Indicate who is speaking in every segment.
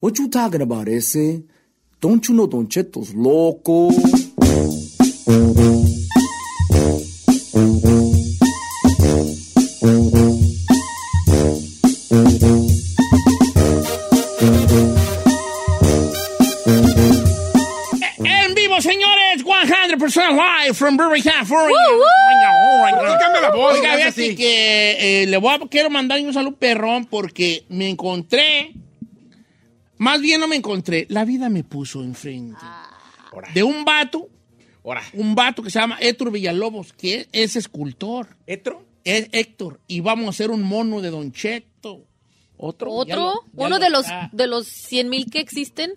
Speaker 1: What you talking about, ese? Don't you know Don Cheto's loco?
Speaker 2: En vivo, señores, 100% live from Burbank, California.
Speaker 3: Woo, woo.
Speaker 2: Oh my God, oh my God.
Speaker 4: Cámbiame la voz,
Speaker 2: Oiga,
Speaker 4: no es
Speaker 2: fíjate
Speaker 4: así.
Speaker 2: que eh, le voy a, quiero mandar un saludo perrón porque me encontré, más bien no me encontré, la vida me puso enfrente
Speaker 4: Ah. Ahora,
Speaker 2: de un vato,
Speaker 4: ahora.
Speaker 2: un vato que se llama Héctor Villalobos, que es escultor.
Speaker 4: ¿Etro?
Speaker 2: Es Héctor, y vamos a hacer un mono de Don Cheto. Otro. ya
Speaker 5: ¿Otro?
Speaker 2: lo- ya
Speaker 5: ¿Uno
Speaker 2: lo-
Speaker 5: de los,
Speaker 2: ah,
Speaker 5: de los 100 mil que existen?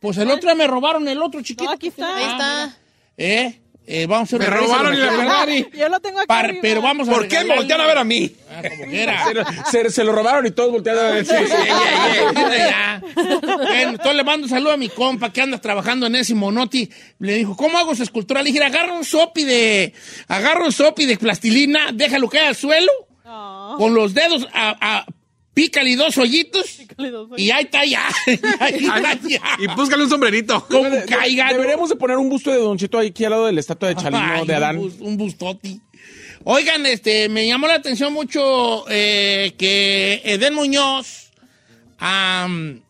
Speaker 2: Pues el otro me robaron el otro chiquito. Ah,
Speaker 6: No, aquí está.
Speaker 5: Ahí está.
Speaker 2: ¿Eh? Eh, vamos a hacer
Speaker 4: Me
Speaker 2: una-
Speaker 4: robaron y la Ferrari.
Speaker 6: Yo lo tengo aquí.
Speaker 2: Par-
Speaker 6: arriba.
Speaker 2: pero vamos a
Speaker 4: ¿Por qué
Speaker 2: regalarle-
Speaker 4: voltean a ver a mí?
Speaker 2: Ah, como quiera.
Speaker 4: Se, lo- se- se lo robaron y todos voltearon a ver. Sí, sí, yeah, yeah.
Speaker 2: Ya. Bueno, entonces le mando un saludo a mi compa que anda trabajando en ese monoti. Le dijo, ¿cómo hago esa escultura? Le dije, agarra un sopi de, agarra un sopi de plastilina, déjalo caer al suelo,
Speaker 6: No.
Speaker 2: con los dedos a, a- pícale dos hoyitos,
Speaker 6: le doy.
Speaker 2: y ahí está ya. Ahí está ya.
Speaker 4: Y búscale un sombrerito.
Speaker 2: Como
Speaker 4: De- de-
Speaker 2: caiga. ¿no?
Speaker 4: Deberíamos de poner un busto de Don Cheto aquí al lado de la estatua de
Speaker 2: Ay,
Speaker 4: Chalino
Speaker 2: Un,
Speaker 4: de Adán.
Speaker 2: bus- un bustoti. Oigan, este, me llamó la atención mucho eh, que Eden Muñoz, am,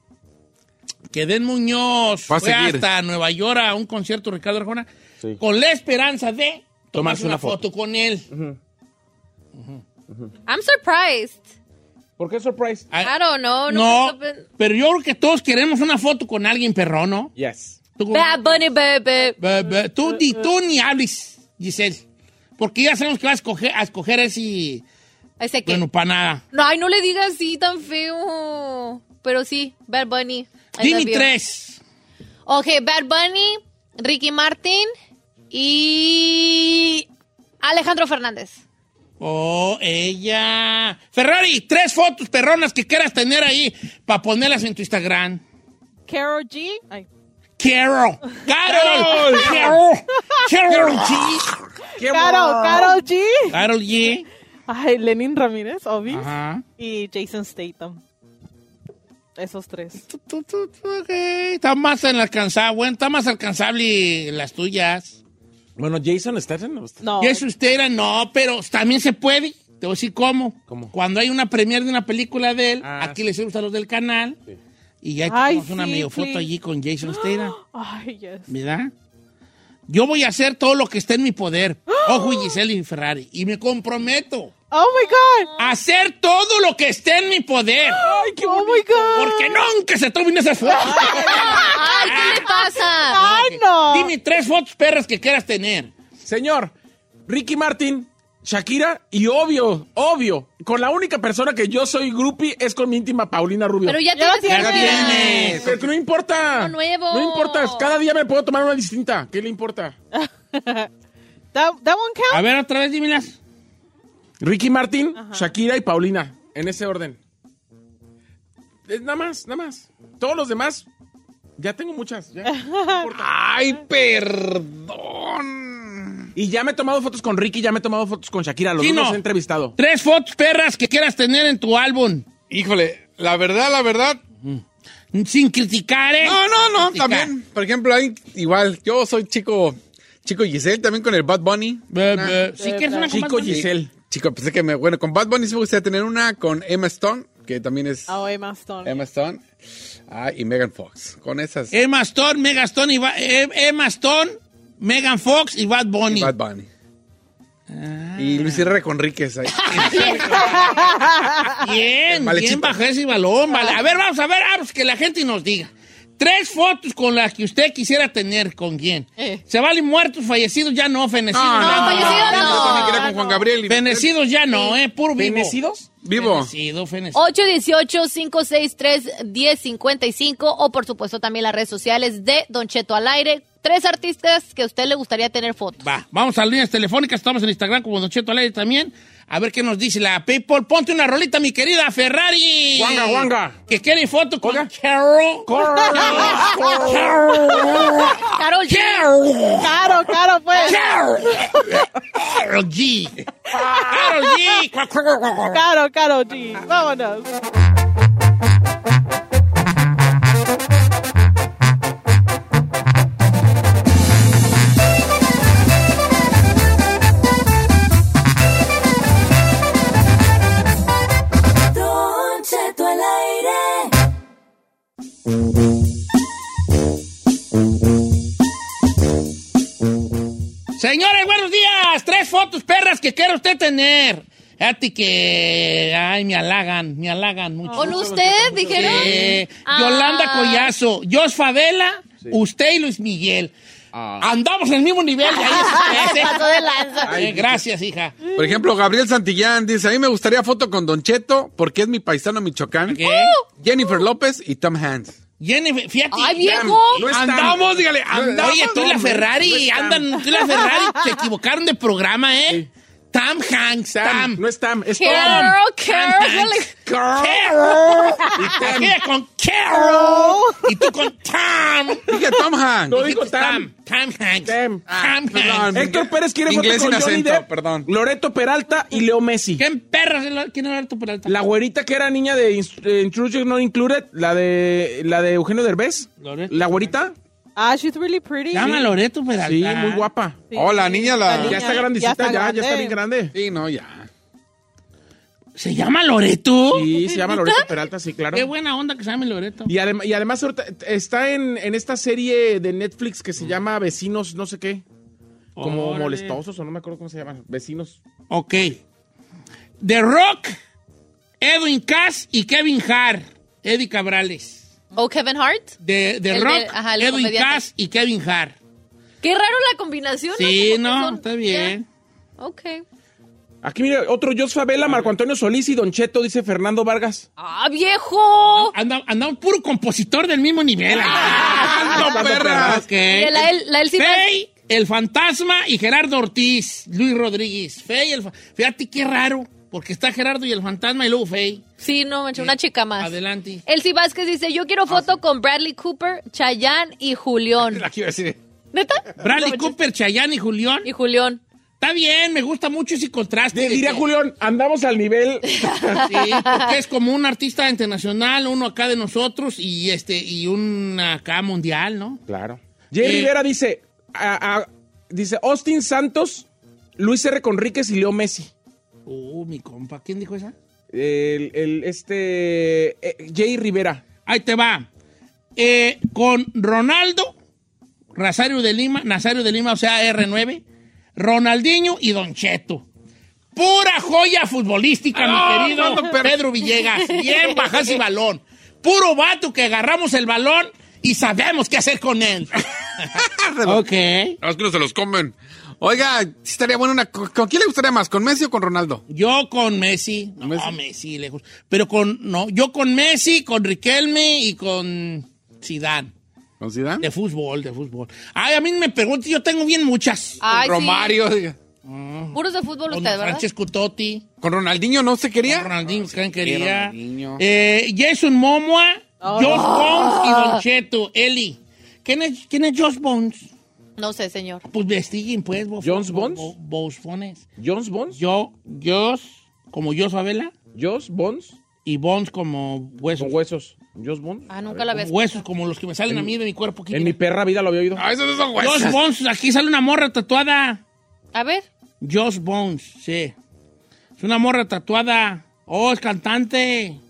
Speaker 2: que Eden Muñoz
Speaker 4: Va a
Speaker 2: fue
Speaker 4: seguir.
Speaker 2: hasta Nueva York a un concierto de Ricardo Arjona con la esperanza de tomarse una,
Speaker 4: una
Speaker 2: foto.
Speaker 4: foto.
Speaker 2: con él.
Speaker 5: I'm surprised.
Speaker 4: ¿Por qué surprise?
Speaker 2: Ah,
Speaker 5: I don't know.
Speaker 2: no,
Speaker 5: No. puedo-
Speaker 2: pero yo creo que todos queremos una foto con alguien perro, ¿no?
Speaker 4: Yes.
Speaker 2: Tú-
Speaker 5: Bad Bunny, baby.
Speaker 2: Be- be- tú, ni, tú ni hables, Giselle, porque ya sabemos que vas a escoger, a escoger ese,
Speaker 5: Ese que...
Speaker 2: bueno, para nada.
Speaker 5: No, ay, no le digas así tan feo. Pero sí, Bad Bunny. I
Speaker 2: Dime
Speaker 5: love you.
Speaker 2: tres.
Speaker 5: Ok, Bad Bunny, Ricky Martin y Alejandro Fernández.
Speaker 2: Oh, ella. Ferrari, tres fotos perronas que quieras tener ahí para ponerlas en tu Instagram.
Speaker 6: Carol G. Ay.
Speaker 2: Carol. Carol. Carol. Carol G.
Speaker 6: Carol, Carol G.
Speaker 2: Carol G. Ah.
Speaker 6: Ay, Lenin Ramírez, obvio.
Speaker 2: Ajá.
Speaker 6: Y Jason Statham. Esos tres.
Speaker 2: Tu, tu, tu, tu, ok. Está más alcanzable, bueno, está más alcanzable las tuyas.
Speaker 4: Bueno, Jason Statham.
Speaker 6: No.
Speaker 2: Y eso usted era, no, pero también se puede. Te voy a decir cómo.
Speaker 4: ¿Cómo?
Speaker 2: Cuando hay una premiere de una película de él,
Speaker 4: Ah,
Speaker 2: aquí les gusta a los del canal. Y ya
Speaker 6: Ay,
Speaker 2: tenemos una
Speaker 6: sí,
Speaker 2: medio foto
Speaker 6: please.
Speaker 2: allí con Jason Statham.
Speaker 6: Ay, yes.
Speaker 2: ¿verdad? Yo voy a hacer todo lo que esté en mi poder. Ojo, y Giselle y Ferrari. Y me comprometo
Speaker 6: Oh my God.
Speaker 2: a hacer todo lo que esté en mi poder.
Speaker 6: Ay, qué Oh my God.
Speaker 2: Porque nunca se tomen esas fotos. Ah.
Speaker 5: ¡Ay, qué le pasa!
Speaker 6: Ay, no.
Speaker 2: Dime tres fotos perras que quieras tener.
Speaker 4: Señor, Ricky Martin, Shakira y obvio, obvio, con la única persona que yo soy groupie es con mi íntima Paulina Rubio.
Speaker 5: Pero ya
Speaker 6: Ya lo
Speaker 5: tienes.
Speaker 2: Ya la
Speaker 6: Ay.
Speaker 2: tienes.
Speaker 4: Pero que no importa.
Speaker 5: Lo nuevo.
Speaker 4: No importa. Cada día me puedo tomar una distinta. ¿Qué le importa?
Speaker 6: That, that one count?
Speaker 2: A ver, otra vez dímelas.
Speaker 4: Ricky Martin, Shakira y Paulina. En ese orden. Es Eh, nada más, nada más. Todos los demás, ya tengo muchas. ya.
Speaker 2: Ay, perdón.
Speaker 4: Y ya me he tomado fotos con Ricky, ya me he tomado fotos con Shakira. Los
Speaker 2: Sí,
Speaker 4: dos
Speaker 2: no.
Speaker 4: los he entrevistado.
Speaker 2: Tres fotos perras que quieras tener en tu álbum. Mm.
Speaker 7: Híjole, la verdad, la verdad.
Speaker 2: Sin criticar, ¿eh?
Speaker 7: No, no, no,
Speaker 2: Criticar.
Speaker 7: también. Por ejemplo, hay, igual, yo soy chico, chico Giselle también con el Bad Bunny.
Speaker 2: Be- be- Sí que es una
Speaker 4: Chico
Speaker 2: comandante.
Speaker 4: Giselle.
Speaker 7: Chico, pensé que me, bueno, con Bad Bunny sí me gustaría tener una, con Emma Stone, que también es
Speaker 6: Oh, Emma Stone.
Speaker 7: Emma Stone, ah, y Megan Fox. Con esas,
Speaker 2: Emma Stone, Megan Stone, y Ba- Em- Emma Stone, Megan Fox y Bad Bunny.
Speaker 7: Bad Bunny. Y Luis R. Conríquez ahí.
Speaker 2: Bien, bien
Speaker 7: Malecita.
Speaker 2: bajó ese balón. vale.
Speaker 5: Ah.
Speaker 2: A ver, vamos a ver, vamos, que la gente nos diga. Tres fotos con las que usted quisiera tener, ¿con quién?
Speaker 6: Eh.
Speaker 2: Se valen muertos, fallecidos ya no, fenecidos
Speaker 5: no,
Speaker 2: ya
Speaker 5: fallecidos
Speaker 7: Yo
Speaker 5: no.
Speaker 7: también quería
Speaker 6: Ah,
Speaker 7: con Juan Gabriel. y-
Speaker 2: Fenecidos ya no, eh, puro vivo.
Speaker 4: ¿Venecidos?
Speaker 7: Vivo.
Speaker 2: Fenecido, fenecido.
Speaker 5: 818-563-1055 o por supuesto también las redes sociales de Don Cheto al aire. Tres artistas que a usted le gustaría tener fotos.
Speaker 2: Va, vamos a las líneas telefónicas, estamos en Instagram como Don Cheto al aire también. A ver qué nos dice la PayPal. Ponte una rolita, mi querida Ferrari.
Speaker 4: Guanga, guanga.
Speaker 2: Que quiere foto con
Speaker 4: Oiga.
Speaker 2: Carol.
Speaker 5: Carol G.
Speaker 2: Carol.
Speaker 6: Caro, caro, pues.
Speaker 2: Carol. Carol G. Carol G. Cuac, cuac, cuac, cuac.
Speaker 6: Caro, caro, G. Vámonos.
Speaker 2: Señores, buenos días. Tres fotos perras que quiere usted tener. Fíjate que. Ay, me halagan, me halagan mucho.
Speaker 5: ¿Con usted, dijeron?
Speaker 2: Eh, Yolanda
Speaker 5: Ah.
Speaker 2: Collazo, Jos Favela, usted y Luis Miguel. Andamos en el mismo nivel. ahí es-
Speaker 5: Se pasó de lanza.
Speaker 2: Eh, gracias, hija.
Speaker 7: Por ejemplo, Gabriel Santillán dice, a mí me gustaría foto con Don Cheto porque es mi paisano michoacán. Uh.
Speaker 2: ¿Qué?
Speaker 7: Jennifer López y Tom Hanks.
Speaker 2: Jennifer, fíjate.
Speaker 5: ¡Ay, viejo!
Speaker 4: No están.
Speaker 2: andamos, dígale, andamos. Oye, tú y la
Speaker 4: hombre,
Speaker 2: Ferrari,
Speaker 4: no están.
Speaker 2: andan, tú y la Ferrari, se equivocaron de programa, ¿eh? Tam Hanks, Tam.
Speaker 4: No es Tam, es Tom.
Speaker 5: Carol,
Speaker 2: Tam
Speaker 5: Carol,
Speaker 2: Hanks.
Speaker 4: Carol.
Speaker 2: Carol. Aquella con Carol. Y tú con Tam.
Speaker 7: Dije Tom Hanks.
Speaker 4: No digo Tam.
Speaker 2: Tam Hanks.
Speaker 4: Tam.
Speaker 2: Tam
Speaker 7: perdón.
Speaker 2: Hanks.
Speaker 4: Héctor Pérez quiere foto
Speaker 7: Inglés
Speaker 4: con
Speaker 7: sin
Speaker 4: Johnny
Speaker 7: acento,
Speaker 4: Depp,
Speaker 7: perdón.
Speaker 4: Loreto Peralta y Leo Messi.
Speaker 2: ¿Quién perras? es la- ¿Quién era Alto Peralta?
Speaker 4: La güerita que era niña de Inst- eh, Intrusion Not Included, la de, la de Eugenio Derbez.
Speaker 2: Loreto.
Speaker 4: La güerita.
Speaker 6: Ah, she's really pretty.
Speaker 2: Llama a Loreto Peralta.
Speaker 4: Sí, muy guapa.
Speaker 6: Sí,
Speaker 7: Oh, la
Speaker 6: sí,
Speaker 7: niña, la- Ya
Speaker 6: niña
Speaker 4: Ya está grandecita, ya, ya,
Speaker 6: grande.
Speaker 4: está bien grande.
Speaker 7: Sí, no, ya.
Speaker 2: ¿Se llama Loreto?
Speaker 4: Sí, se llama Loreto Peralta, sí, claro.
Speaker 2: Qué buena onda que se llame Loreto.
Speaker 4: Y, adem- y además ahorita está en, en esta serie de Netflix que se llama Vecinos, no sé qué. Como
Speaker 2: Órale.
Speaker 4: molestosos o no me acuerdo cómo se llaman. Vecinos.
Speaker 2: Ok. The Rock, Edwin Cass y Kevin Hart. Eddie Cabrales.
Speaker 5: ¿O Oh, Kevin Hart?
Speaker 2: The, The
Speaker 5: El-
Speaker 2: Rock,
Speaker 5: el- ajá, el
Speaker 2: Edwin
Speaker 5: comediante.
Speaker 2: Cass y Kevin Hart.
Speaker 5: Qué raro la combinación.
Speaker 2: Sí,
Speaker 5: Como que
Speaker 2: no,
Speaker 5: son-
Speaker 2: está bien.
Speaker 5: Ya. Ok.
Speaker 4: Aquí mire, otro Jos Favela, Marco Antonio Solís y Don Cheto, dice Fernando Vargas.
Speaker 5: ¡Ah, viejo!
Speaker 2: Anda, anda un puro compositor del mismo nivel.
Speaker 5: Ah,
Speaker 2: Ah,
Speaker 4: ¡Ando, perras!
Speaker 2: Ok.
Speaker 5: Mira, la él- la él sí
Speaker 2: eh, Fey, el fantasma y Gerardo Ortiz, Luis Rodríguez. Fey, el fa- Fíjate qué raro, porque está Gerardo y el fantasma y luego Fey.
Speaker 5: Ah, Sí, no, mancha, una chica más.
Speaker 2: Adelante. Ah,
Speaker 5: Elsie Vázquez dice, yo quiero foto con Bradley Cooper, Chayanne y Julián.
Speaker 7: La que iba a decir.
Speaker 5: ¿Neta?
Speaker 2: Bradley Cooper, Chayanne y Julián.
Speaker 5: Y Julián.
Speaker 2: Está bien, me gusta mucho ese contraste.
Speaker 4: Di-
Speaker 2: de
Speaker 4: Diría
Speaker 2: que-
Speaker 4: Julián, andamos al nivel.
Speaker 2: Sí, porque es como un artista internacional, uno acá de nosotros y este y un acá mundial, ¿no?
Speaker 4: Claro. Jay
Speaker 2: Eh.
Speaker 4: Rivera dice, a- a- dice Austin Santos, Luis R. Conríquez y Leo Messi.
Speaker 2: Uh, mi compa, ¿quién dijo esa?
Speaker 4: El, el- este, eh, Jay Rivera.
Speaker 2: Ahí te va. Eh, con Ronaldo, Nazario de Lima, Nazario de Lima, o sea, R9, Ronaldinho y Don Cheto. Pura joya futbolística, mi querido Pedro Villegas. Bien bajas ese balón. Puro vato que agarramos el balón y sabemos qué hacer con él.
Speaker 7: "Ah,
Speaker 2: ok.
Speaker 7: No, es que no se los comen. Oiga, sí estaría bueno una. ¿Con con quién le gustaría más? ¿Con Messi o con Ronaldo?
Speaker 2: Yo con Messi, no, Messi,
Speaker 7: Messi.
Speaker 2: lejos. Pero con, no, yo con Messi, con Riquelme y con Zidane.
Speaker 7: ¿Con Zidane?
Speaker 2: De fútbol, de fútbol. Ay, a mí me preguntan, yo tengo bien muchas.
Speaker 5: Ay, sí.
Speaker 7: Romario. diga.
Speaker 5: Puros de fútbol
Speaker 2: Con
Speaker 5: usted, ¿verdad?
Speaker 2: Francesco Totti.
Speaker 7: ¿Con Ronaldinho no se quería?
Speaker 2: Ronaldinho, ¿quién quería?
Speaker 7: Ronaldinho.
Speaker 2: Eh, Jason Momoa, Josh Bones y Don Cheto. Eli, ¿quién es, quién es Josh Bones?
Speaker 5: No sé, señor.
Speaker 2: Pues investiguen, pues. bo-
Speaker 4: ¿Jones
Speaker 2: bo-
Speaker 4: Bones?
Speaker 2: bo- Bones Bones.
Speaker 4: ¿Jones Bones?
Speaker 2: Yo, Josh, como Josh Favela,
Speaker 4: ¿Jones Bones?
Speaker 2: y Bones como huesos.
Speaker 4: Con huesos. ¿Jones Bones?
Speaker 5: Ah, nunca la había
Speaker 2: Como huesos como los que me salen a mí de mi cuerpo. aquí.
Speaker 4: En mi perra vida lo había oído.
Speaker 7: Ah, esos no son huesos.
Speaker 2: Josh Bones, aquí sale una morra tatuada.
Speaker 5: escuchado. A ver.
Speaker 2: Josh Bones, sí. Es una morra tatuada. Oh, es cantante.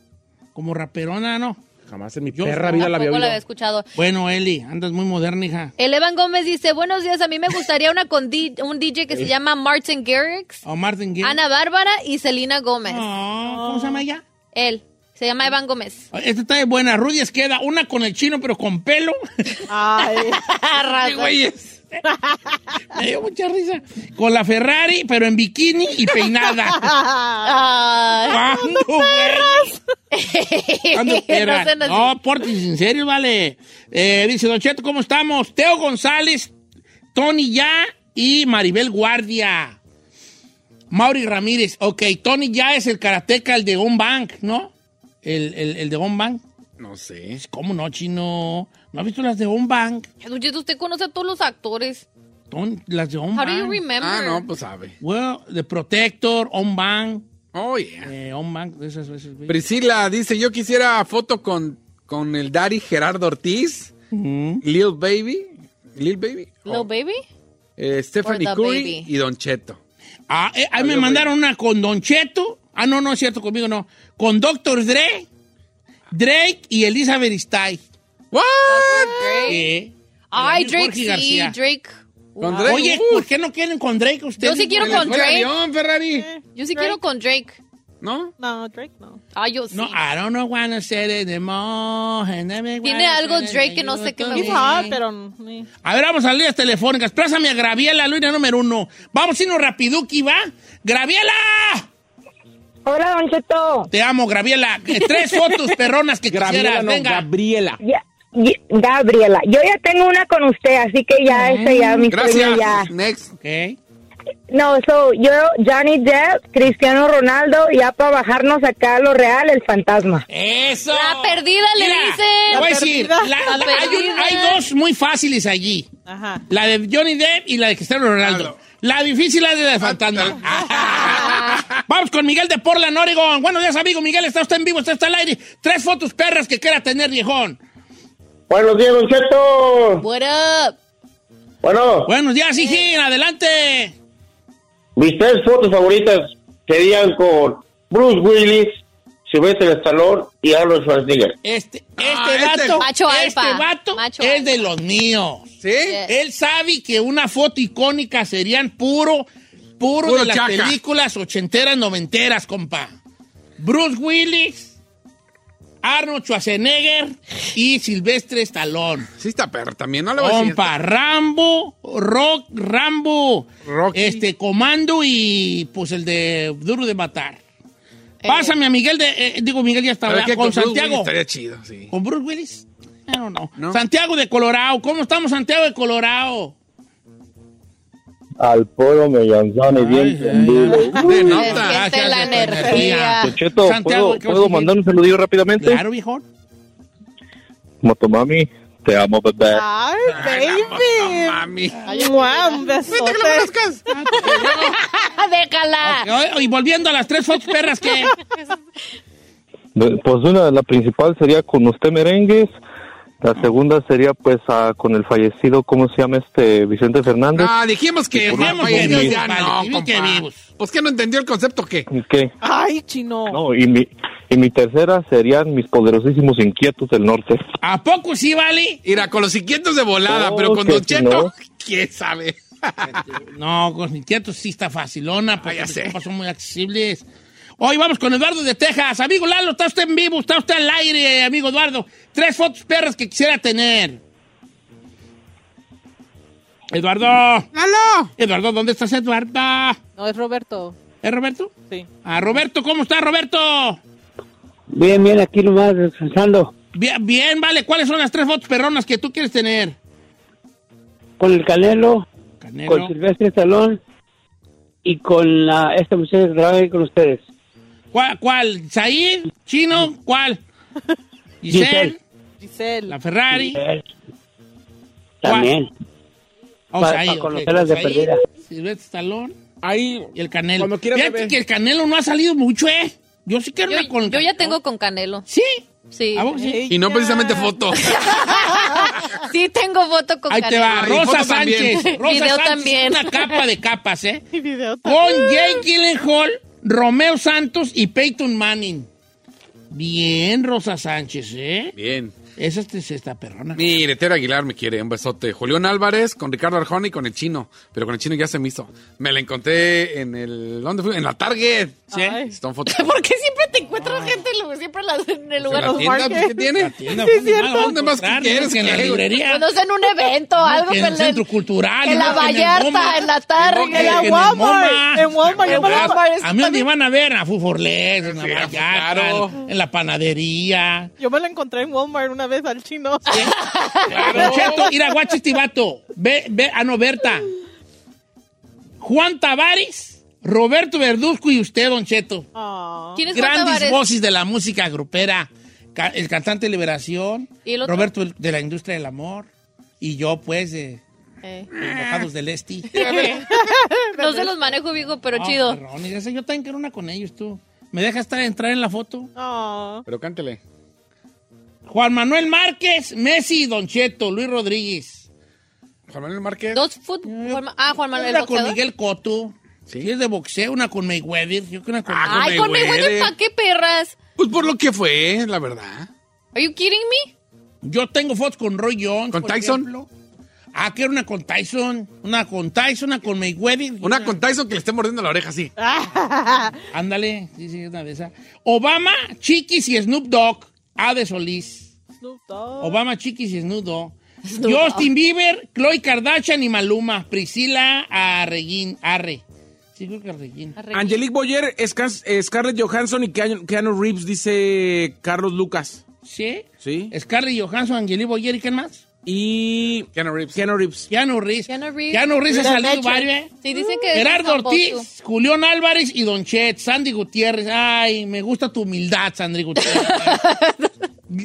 Speaker 2: Como raperona, ¿no?
Speaker 4: Jamás en mi
Speaker 2: Jones
Speaker 4: perra
Speaker 2: Bones.
Speaker 4: vida la había
Speaker 5: Tampoco
Speaker 4: oído.
Speaker 5: la había escuchado.
Speaker 2: Bueno, Eli, andas muy moderna, hija.
Speaker 5: El Evan Gómez dice, buenos días, a mí me gustaría una con di- un DJ
Speaker 2: Eh.
Speaker 5: que se llama Martin Garrix,
Speaker 2: O Oh, Martin Gaye.
Speaker 5: Ana Bárbara y Selena Gómez.
Speaker 2: No, ¿Cómo se llama ella?
Speaker 5: Él. Se llama Evan Gómez.
Speaker 2: Esta está de buena. Rudy queda una con el chino, pero con pelo.
Speaker 6: Ay.
Speaker 4: Ah,
Speaker 7: Ay, güeyes.
Speaker 2: Me dio mucha risa. Con la Ferrari, pero en bikini y peinada.
Speaker 5: Ay.
Speaker 2: ¿Cuándo, güey? ¿Cuándo
Speaker 5: No
Speaker 2: eran?
Speaker 5: sean así.
Speaker 2: No, por en serio, vale. Eh, dice Don Cheto, ¿cómo estamos? Teo González, Tony Ya y Maribel Guardia. Mauri Ramírez. Ok, Tony Ya es el karateca, el de On Bank, ¿no? El, el- el de On Bank.
Speaker 7: No sé.
Speaker 2: ¿Cómo no, chino? ¿No has visto las de On Bank?
Speaker 5: Don Cheto, usted conoce a todos los actores.
Speaker 2: Ton- las de On
Speaker 5: How do you
Speaker 2: Bank.
Speaker 5: remember?
Speaker 7: Ah, no, pues sabe.
Speaker 2: Well, The Protector, On Bank.
Speaker 7: Oh, yeah.
Speaker 2: Eh, On Bank, de esas veces. güey.
Speaker 7: Priscila dice, yo quisiera foto con, con el Dari Gerardo Ortiz, Lil Baby, Lil Baby,
Speaker 5: ¿Lo baby?
Speaker 7: eh, Stephanie
Speaker 5: Or the
Speaker 7: Curry
Speaker 5: baby.
Speaker 7: y Don Cheto.
Speaker 2: Ah, eh, ahí me mandaron una con Don Cheto. Ah, no, no es cierto, conmigo no. Con Doctor Dre, Drake y Elizabeth Style.
Speaker 7: ¿What?
Speaker 5: Drake.
Speaker 2: Eh,
Speaker 5: Ay,
Speaker 2: Jorge
Speaker 5: Drake sí,
Speaker 2: García.
Speaker 5: Drake.
Speaker 7: Con Drake.
Speaker 2: Oye,
Speaker 7: uh,
Speaker 2: ¿por qué no quieren con Drake ustedes?
Speaker 5: Yo sí quiero
Speaker 7: se les
Speaker 5: con
Speaker 7: fue el
Speaker 5: Drake.
Speaker 7: avión, Ferrari.
Speaker 5: Yo sí quiero con Drake.
Speaker 7: ¿No?
Speaker 6: No, Drake, no.
Speaker 5: Ay, yo sí.
Speaker 2: No, ah. I don't know wanna say it anymore, and I wanna
Speaker 5: Tiene algo
Speaker 2: say it
Speaker 5: Drake que no sé qué me
Speaker 2: anymore.
Speaker 6: He's hot, pero... mm,
Speaker 2: A ver, vamos a las líneas telefónicas. Plázame a Graviela, línea número uno. Vamos a irnos rapiduki, ¿va? ¡Graviela!
Speaker 8: Hola, Don Cheto.
Speaker 2: Te amo, Graviela. Eh, Tres fotos perronas que
Speaker 4: Gabriela,
Speaker 2: quisieras,
Speaker 4: no,
Speaker 2: venga.
Speaker 4: Gabriela.
Speaker 8: Ya, ya- Gabriela, yo ya tengo una con usted, así que ya ese ya mi sueño ya.
Speaker 7: Gracias. Next.
Speaker 2: Ok.
Speaker 8: No, so yo Johnny Depp, Cristiano Ronaldo, ya para bajarnos acá a lo real el fantasma.
Speaker 2: Eso.
Speaker 5: La perdida le dicen.
Speaker 2: Te voy a
Speaker 6: La
Speaker 2: decir,
Speaker 6: perdida.
Speaker 2: la-
Speaker 5: La
Speaker 2: la- hay, un-
Speaker 5: perdida.
Speaker 2: hay dos muy fáciles allí.
Speaker 6: Ajá.
Speaker 2: La de Johnny Depp y la de Cristiano Ronaldo. La difícil es la de Fantasma. Vamos con Miguel de Portland, Oregon. Buenos días, amigo. Miguel, está usted en vivo, está usted al aire. Tres fotos perras que quiera tener, viejón.
Speaker 9: Buenos días, Don Cheto.
Speaker 5: What up?
Speaker 9: Bueno,
Speaker 2: Buenos días, hijín. Adelante.
Speaker 9: mis tres fotos favoritas serían con Bruce Willis, Sylvester Stallone y Arnold Schwarzenegger.
Speaker 2: Este, este
Speaker 7: Ah, este
Speaker 2: vato,
Speaker 5: macho
Speaker 2: este
Speaker 5: alfa.
Speaker 2: vato
Speaker 5: Macho
Speaker 2: es
Speaker 5: alfa.
Speaker 2: de los míos.
Speaker 7: ¿Sí?
Speaker 2: Él sabe que una foto icónica serían puro, puro,
Speaker 7: Puro
Speaker 2: de las
Speaker 7: chaca.
Speaker 2: películas ochenteras, noventeras, compa. Bruce Willis, Arnold Schwarzenegger y Silvestre Stallone.
Speaker 7: Sí está perro también, no le voy a decir.
Speaker 2: Compa, Rambo, Rock, Rambo,
Speaker 7: Rocky.
Speaker 2: este, Comando y pues el de Duro de Matar. Pásame a Miguel de, eh, digo, Miguel ya está,
Speaker 7: Pero es
Speaker 2: ¿verdad?
Speaker 7: que
Speaker 2: con
Speaker 7: Bruce Willis
Speaker 2: Santiago.
Speaker 7: Estaría chido, sí.
Speaker 2: ¿Con Bruce Willis? I don't know.
Speaker 7: No.
Speaker 2: Santiago de Colorado. ¿Cómo estamos, Santiago de Colorado?
Speaker 9: Al puro Mellanzón y bien prendido.
Speaker 7: De
Speaker 5: Se
Speaker 7: nota.
Speaker 5: siente
Speaker 2: gracias,
Speaker 5: la
Speaker 2: gracias,
Speaker 5: energía.
Speaker 9: Don Cheto,
Speaker 2: Santiago,
Speaker 9: ¿puedo,
Speaker 2: ¿qué vas a
Speaker 9: ¿puedo
Speaker 2: decir?
Speaker 9: mandar un saludillo rápidamente?
Speaker 2: Claro, viejo.
Speaker 9: Motomami, te amo, bebé.
Speaker 6: Ay,
Speaker 7: No,
Speaker 6: baby.
Speaker 7: mami.
Speaker 6: Mua, un besote.
Speaker 2: Ah,
Speaker 5: Déjala.
Speaker 2: Y volviendo a las tres fotos perras que...
Speaker 9: De- Pues una, la principal sería con usted merengues. La segunda sería pues ah, con el fallecido, ¿cómo se llama este? Vicente Fernández.
Speaker 7: Ah, dijimos que
Speaker 2: Dijimos
Speaker 7: Rafa
Speaker 2: que
Speaker 7: y
Speaker 2: vivos,
Speaker 7: ya
Speaker 2: vale,
Speaker 7: no,
Speaker 2: dijimos que
Speaker 7: compa.
Speaker 2: vivos.
Speaker 7: Pues que no entendió el concepto que
Speaker 9: ¿Qué?
Speaker 6: Ay, chino.
Speaker 9: No, y mi, y mi tercera serían mis poderosísimos inquietos del norte.
Speaker 2: ¿A poco sí, vale?
Speaker 7: irá con los inquietos de volada,
Speaker 9: Oh,
Speaker 7: pero con
Speaker 9: que
Speaker 7: Don
Speaker 9: si
Speaker 7: Cheto,
Speaker 9: no.
Speaker 7: quién sabe.
Speaker 2: No, con inquietos sí está facilona, porque
Speaker 7: Ah, ya
Speaker 2: mis
Speaker 7: sé.
Speaker 2: compas son muy accesibles. Hoy vamos con Eduardo de Texas. Amigo Lalo, está usted en vivo, está usted al aire, amigo Eduardo. Tres fotos perras que quisiera tener. Eduardo.
Speaker 7: ¡Lalo!
Speaker 2: Eduardo, ¿dónde estás, Eduardo?
Speaker 6: No, es Roberto.
Speaker 2: ¿Es Roberto?
Speaker 6: Sí.
Speaker 2: Ah, Roberto, ¿cómo está, Roberto?
Speaker 9: Bien, bien, aquí nomás descansando.
Speaker 2: Bien, bien, vale. ¿Cuáles son las tres fotos perronas que tú quieres tener?
Speaker 9: Con el Canelo,
Speaker 2: Canelo.
Speaker 9: Silvestre Salón
Speaker 10: y con la, esta muchacha que trabaja ahí con ustedes.
Speaker 2: ¿Cuál? ¿Cuál? ¿Said? ¿Chino? ¿Cuál? Giselle.
Speaker 6: Giselle.
Speaker 2: La Ferrari.
Speaker 9: Eh,
Speaker 10: También.
Speaker 2: Oh,
Speaker 10: Pa-
Speaker 2: Said,
Speaker 10: pa
Speaker 2: ok.
Speaker 10: conocerlas de
Speaker 2: Said,
Speaker 10: perdida.
Speaker 2: Silvestre Stallone.
Speaker 4: Ahí.
Speaker 2: Y el Canelo.
Speaker 4: Cuando quieras,
Speaker 2: Fíjate
Speaker 4: bebé.
Speaker 2: que el Canelo no ha salido mucho, ¿eh? Yo sí quiero una con
Speaker 5: Yo ya tengo con Canelo.
Speaker 2: ¿Sí?
Speaker 5: Sí.
Speaker 2: ¿A poco sí?
Speaker 7: Y no precisamente foto.
Speaker 5: sí, tengo foto con
Speaker 2: Ahí te
Speaker 5: Canelo.
Speaker 2: va, Rosa Sánchez. Rosa
Speaker 5: Video
Speaker 2: Sánchez,
Speaker 5: también.
Speaker 2: Una capa de capas, ¿eh? Con Jake Gyllenhaal, Romeo Santos y Peyton Manning. Bien, Rosa Sánchez, ¿eh?
Speaker 7: Bien.
Speaker 2: Esa es esta perrona.
Speaker 7: Mire, Tero Aguilar me quiere, un besote. Julián Álvarez con Ricardo Arjona y con el chino. Pero con el chino ya se me hizo. Me la encontré en el. ¿Dónde fui? En la Target.
Speaker 2: Sí.
Speaker 7: Están fotos.
Speaker 5: ¿Por qué siempre te encuentras gente en lugar- siempre en la- en el lugar
Speaker 7: la
Speaker 5: los
Speaker 7: tienda, pues,
Speaker 5: markets?
Speaker 7: ¿qué tiene? La
Speaker 2: tienda, Sí, pues, ni cierto. más,
Speaker 7: ¿Dónde más
Speaker 2: comprar,
Speaker 7: quieres?
Speaker 2: ¿no? Que en la
Speaker 7: ¿Qué?
Speaker 2: librería.
Speaker 5: Bueno, es en un evento, algo
Speaker 2: en
Speaker 5: que
Speaker 2: el centro cultural. no
Speaker 5: En la
Speaker 2: en el MoMA.
Speaker 5: Vallarta, en la
Speaker 2: Que
Speaker 5: tarde.
Speaker 2: en el MoMA.
Speaker 6: En Walmart, en
Speaker 2: ¿Verdad?
Speaker 6: Walmart, es
Speaker 2: A mí me iban a ver a Fuforlex, en la
Speaker 7: Sí,
Speaker 2: Vallarta,
Speaker 7: claro.
Speaker 2: en- en la panadería.
Speaker 6: Yo me la encontré en Walmart una vez al chino.
Speaker 2: Don Cheto, mira, guacha este vato. Ve, ve, ah, no, Berta. Juan Tavares, Roberto Verduzco y usted, Don Cheto.
Speaker 6: Ah.
Speaker 5: ¿Quién es Juan
Speaker 2: Grandes
Speaker 5: Tavares?
Speaker 2: voces de la música grupera. Ca- el cantante de Liberación,
Speaker 5: ¿Y el otro?
Speaker 2: Roberto el- de la industria del amor y yo, pues, de
Speaker 5: Eh,
Speaker 2: los Mojados del Este.
Speaker 5: No se los manejo, viejo, pero
Speaker 2: Ah,
Speaker 5: chido.
Speaker 2: perrones, esa yo también quiero una con ellos, tú. ¿Me dejas estar- entrar en la foto?
Speaker 6: Ah.
Speaker 7: Pero cántele.
Speaker 2: Juan Manuel Márquez, Messi, Don Cheto, Luis Rodríguez.
Speaker 7: Juan Manuel Márquez.
Speaker 5: Dos foot. Juan Ma- Ah, Juan Manuel, el
Speaker 2: Una con
Speaker 5: boxeador.
Speaker 2: Miguel Cotto.
Speaker 7: Sí.
Speaker 2: Si es de boxeo, una con Mayweather. Yo creo una con
Speaker 7: Ah,
Speaker 5: Ay, con Mayweather,
Speaker 7: Mayweather.
Speaker 5: ¿pa' qué perras?
Speaker 7: Pues por lo que fue, la verdad.
Speaker 5: ¿Are you kidding me?
Speaker 2: Yo tengo fotos con Roy Jones.
Speaker 7: ¿Con
Speaker 2: por
Speaker 7: Tyson?
Speaker 2: ejemplo. Ah, quiero una con Tyson. Una con Tyson, una con Mayweather.
Speaker 7: Una con Tyson que le esté mordiendo la oreja así.
Speaker 2: Ándale. Sí, sí, una de esas. Obama, Chiquis y Snoop Dogg. A de Solís.
Speaker 6: Snoop Dogg.
Speaker 2: Obama, Chiquis y Snoop Dogg. Justin Bieber, Chloe Kardashian y Maluma. Priscila Arreguín. Arre. Sí, creo que Arreguín.
Speaker 4: Angelique Boyer, Esca- eh, Scarlett Johansson y Keanu Keanu Reeves, dice Carlos Lucas.
Speaker 2: Sí.
Speaker 4: ¿Sí?
Speaker 2: Scarlett Johansson, Angelique Boyer y ¿quién más?
Speaker 4: Y
Speaker 7: Keanu Reeves.
Speaker 4: Keanu Reeves.
Speaker 2: Keanu Reeves.
Speaker 5: Keanu Reeves.
Speaker 2: ha
Speaker 5: Mira,
Speaker 2: salido
Speaker 5: Nacho.
Speaker 2: varios, ¿eh?
Speaker 5: Sí, dicen que...
Speaker 2: Gerardo
Speaker 5: es de Zamposu.
Speaker 2: Ortiz, Julián Álvarez y Don Chet, Sandy Gutiérrez. Ay, me gusta tu humildad, Sandy Gutiérrez.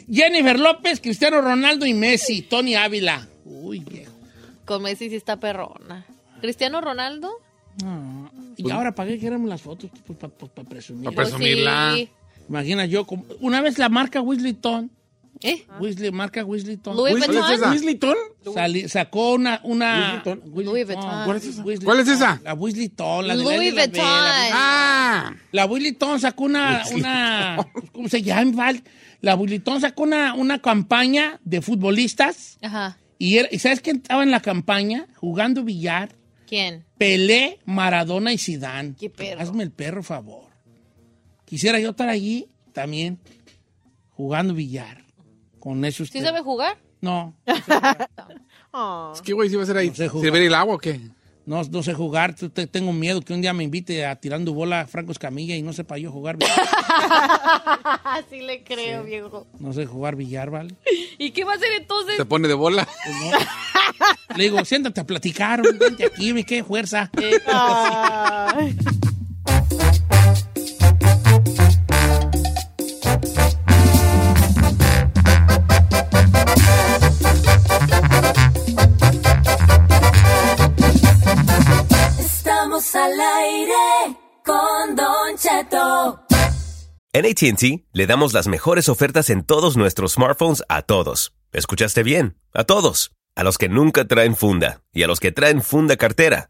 Speaker 2: Jennifer López, Cristiano Ronaldo y Messi, Tony Ávila. Uy, viejo.
Speaker 5: Con Messi sí está perrona. ¿Cristiano Ronaldo?
Speaker 2: Y ahora pagué que eran las fotos Pues, para presumir.
Speaker 7: Pues- Pa' presumir. Presumirla.
Speaker 5: Pues Sí.
Speaker 2: Imagina yo, como- una vez la marca Wisleyton,
Speaker 5: ¿Eh?
Speaker 2: Weasley, marca Wisleyton,
Speaker 5: Louis
Speaker 7: Luis, ¿cuál es
Speaker 5: Vuitton.
Speaker 7: esa?
Speaker 2: sacó una... una
Speaker 4: Louis Vuitton.
Speaker 5: Louis Vuitton.
Speaker 2: ¿Cuál es esa?
Speaker 7: ¿Cuál es esa?
Speaker 2: La Wisleyton, la de
Speaker 5: Louis
Speaker 2: Lady Label, la
Speaker 5: Vuitton.
Speaker 7: Ah,
Speaker 2: La Willitón sacó una, una ¿cómo se llama? Val? La Willitón sacó una, una campaña de futbolistas
Speaker 5: Ajá.
Speaker 2: y, era- ¿y ¿sabes quién estaba en la campaña? Jugando billar,
Speaker 5: ¿Quién?
Speaker 2: Pelé, Maradona y Sidán.
Speaker 5: Qué perro.
Speaker 2: Hazme el perro favor. Quisiera yo estar allí también jugando billar con esos.
Speaker 5: ¿Sí
Speaker 2: tres.
Speaker 5: sabe jugar?
Speaker 2: No,
Speaker 6: Ah.
Speaker 7: es que güey, si va a ser ahí.
Speaker 2: No sé jugar.
Speaker 7: ¿Servir el agua o qué?
Speaker 2: no, no sé jugar. Te- te- Tengo miedo que un día me invite a tirando bola a Franco Escamilla y no sepa yo jugar. billar.
Speaker 5: Así Ah, le creo, viejo.
Speaker 2: No sé jugar billar, ¿vale?
Speaker 5: ¿Y qué va a hacer entonces?
Speaker 7: Se pone de bola.
Speaker 2: Le digo, siéntate a platicar, hombre, vente aquí, ve qué fuerza.
Speaker 6: Ay.
Speaker 11: Estamos al aire con Don Cheto.
Speaker 12: En ATT le damos las mejores ofertas en todos nuestros smartphones a todos. ¿Escuchaste bien? A todos. A los que nunca traen funda y a los que traen funda cartera.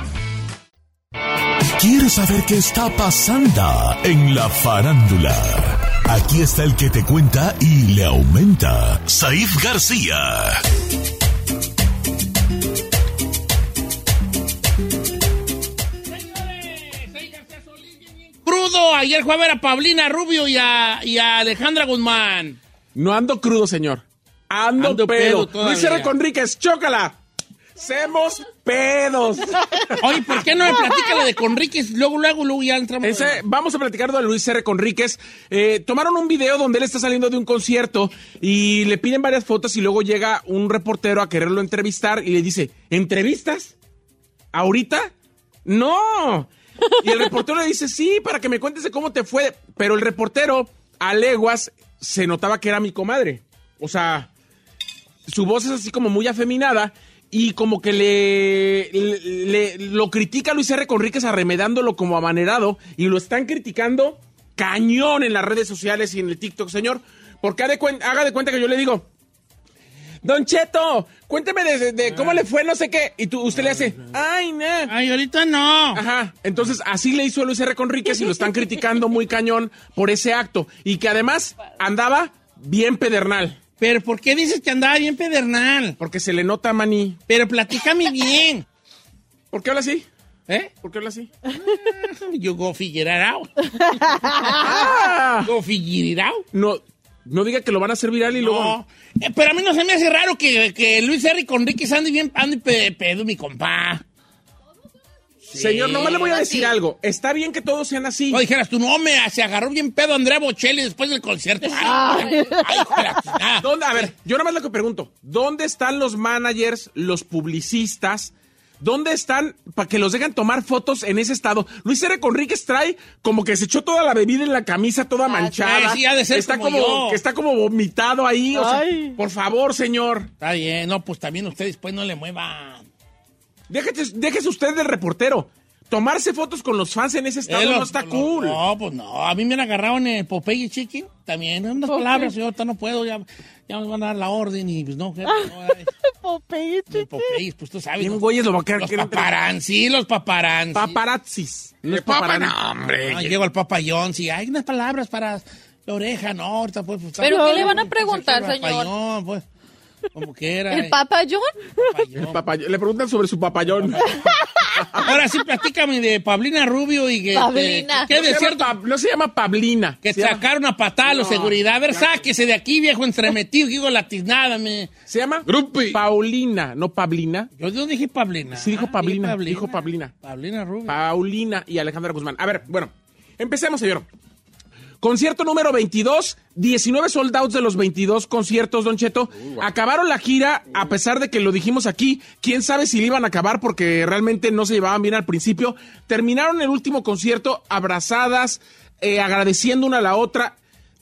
Speaker 13: ¿Quieres saber qué está pasando en la farándula? Aquí está el que te cuenta y le aumenta, Saif García.
Speaker 2: Crudo, ayer fue a ver a Paulina Rubio y a, y a Alejandra Guzmán.
Speaker 4: No ando crudo, señor. Ando,
Speaker 2: Ando pedo
Speaker 4: pedo.
Speaker 2: todavía.
Speaker 4: Luis R. Conríquez, chócala. Semos pedos.
Speaker 2: Oye, ¿por qué no me platica lo de Conríquez? Luego, luego, luego ya entramos.
Speaker 4: Ese, vamos a platicar de Luis R. Conríquez. Eh, tomaron un video donde él está saliendo de un concierto y le piden varias fotos y luego llega un reportero a quererlo entrevistar y le dice, ¿entrevistas? ¿Ahorita? ¡No! Y el reportero le dice, sí, para que me cuentes de cómo te fue. Pero el reportero, a leguas, se notaba que era mi comadre. O sea, su voz es así como muy afeminada y como que le, le- le- lo critica Luis R. Conríquez arremedándolo como amanerado y lo están criticando cañón en las redes sociales y en el TikTok, señor, porque ha de cuen- haga de cuenta que yo le digo, Don Cheto, cuénteme de, de cómo le fue, no sé qué. Y tú, usted le hace, ay, no.
Speaker 2: Ay, ahorita no.
Speaker 4: Ajá. Entonces, así le hizo a Luis R. Conríquez y lo están criticando muy cañón por ese acto. Y que además andaba bien pedernal.
Speaker 2: Pero, ¿por qué dices que andaba bien pedernal?
Speaker 4: Porque se le nota, maní.
Speaker 2: Pero platícame bien.
Speaker 4: ¿Por qué habla así?
Speaker 2: ¿Eh?
Speaker 4: ¿Por qué habla así?
Speaker 2: You go figure it out.
Speaker 4: Ah.
Speaker 2: Go figure it out.
Speaker 4: No, no diga que lo van a hacer viral y luego.
Speaker 2: No. Eh, pero a mí no se me hace raro que, que Luis R. Conríquez ande bien, ande pe- pedo, mi compa.
Speaker 4: Señor, nomás le voy a
Speaker 2: Sí.
Speaker 4: decir algo. Está bien que todos sean así.
Speaker 2: No dijeras tú, no, me se agarró bien pedo Andrea Bocelli después del concierto. Ay, ay, hijo de la chingada.
Speaker 4: ¿Dónde- a ver, yo nada más lo que pregunto. ¿Dónde están los managers, los publicistas? ¿Dónde están para que los dejan tomar fotos en ese estado? Luis R. Conríquez trae como que se echó toda la bebida en la camisa, toda manchada.
Speaker 2: Ah, sí, sí, ha de ser
Speaker 4: está
Speaker 2: como yo.
Speaker 4: que está como vomitado ahí. o sea,
Speaker 6: Ay.
Speaker 4: por favor, señor.
Speaker 2: Está bien, no, pues también ustedes pues no le muevan.
Speaker 4: Déjese, déjese usted del reportero. Tomarse fotos con los fans en ese estado
Speaker 2: Eh,
Speaker 4: no
Speaker 2: lo-
Speaker 4: está
Speaker 2: lo-
Speaker 4: cool.
Speaker 2: No, pues no. A mí me han agarrado en el Popeye Chicken. También, unas
Speaker 6: Popeye.
Speaker 2: palabras, yo ahorita no puedo. Ya, ya me van a dar la orden y pues no, jefe,
Speaker 5: Ah.
Speaker 2: no, eh,
Speaker 6: Popeye,
Speaker 2: el
Speaker 6: chiqui.
Speaker 2: Popeye, pues tú sabes.
Speaker 4: Bien,
Speaker 2: los-
Speaker 4: güeyes, lo va a quedar-
Speaker 2: Los
Speaker 4: quieren-
Speaker 2: paparanzi, los paparanzi.
Speaker 4: Paparazzis.
Speaker 2: Eh,
Speaker 4: No es
Speaker 7: Papa,
Speaker 4: paparazzi.
Speaker 7: no, hombre.
Speaker 2: Ah, llego al papayón, sí, hay unas palabras para la oreja, no, ahorita pues... pues,
Speaker 5: ¿Pero
Speaker 2: está-
Speaker 5: qué le van a
Speaker 2: pues,
Speaker 5: preguntar,
Speaker 2: el
Speaker 5: señor?
Speaker 2: papayón, pues, como quiera.
Speaker 5: ¿El
Speaker 2: eh,
Speaker 5: Papa John?
Speaker 4: El
Speaker 2: papayón.
Speaker 4: papay- Le preguntan sobre su papayón.
Speaker 2: Ahora sí, platícame de Pablina Rubio y que...
Speaker 5: Pablina.
Speaker 2: ¿Qué
Speaker 4: No se
Speaker 2: de
Speaker 4: llama
Speaker 2: cierto?
Speaker 4: Pab- no se llama Pablina.
Speaker 2: Que
Speaker 4: se, llama,
Speaker 2: sacaron a patada a los
Speaker 4: No,
Speaker 2: seguridad. A ver, sáquese de aquí, viejo entremetido, digo latiznada, me...
Speaker 4: se llama
Speaker 7: Grupi.
Speaker 4: Paulina, no Pablina.
Speaker 2: Yo no dije Pablina.
Speaker 4: Sí, dijo
Speaker 2: Ah,
Speaker 4: Pablina,
Speaker 2: dije
Speaker 4: dijo Pablina.
Speaker 2: Pablina Rubio.
Speaker 4: Paulina y Alejandra Guzmán. A ver, bueno, empecemos, señor. Concierto número 22, 19 sold outs de los 22 conciertos, Don Cheto. Acabaron la gira, a pesar de que lo dijimos aquí, quién sabe si le iban a acabar porque realmente no se llevaban bien al principio. Terminaron el último concierto abrazadas, eh, agradeciendo una a la otra.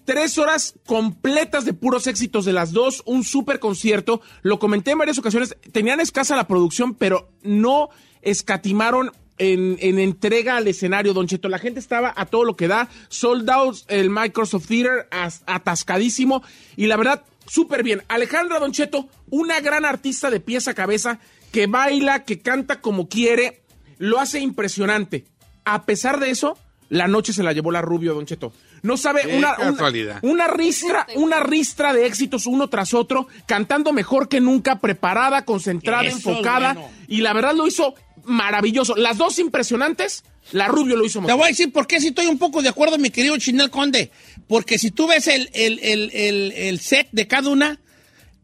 Speaker 4: Tres horas completas de puros éxitos de las dos, un super concierto. Lo comenté en varias ocasiones, tenían escasa la producción, pero no escatimaron en, en entrega al escenario, Don Cheto. La gente estaba a todo lo que da, sold out el Microsoft Theater, as- atascadísimo. Y la verdad, súper bien. Alejandra Don Cheto, una gran artista de pies a cabeza, que baila, que canta como quiere, lo hace impresionante. A pesar de eso, la noche se la llevó la Rubio, Don Cheto. No sabe
Speaker 7: Qué
Speaker 4: una, una-
Speaker 7: casualidad.
Speaker 4: una ristra, una ristra de éxitos uno tras otro, cantando mejor que nunca, preparada, concentrada,
Speaker 2: Eso es
Speaker 4: enfocada.
Speaker 2: bueno.
Speaker 4: Y la verdad lo hizo maravilloso. Las dos impresionantes, la Rubio lo hizo
Speaker 2: Te
Speaker 4: mejor.
Speaker 2: voy a decir por qué si estoy un poco de acuerdo, mi querido Chinel Conde. Porque si tú ves el, el- el- el- el set de cada una,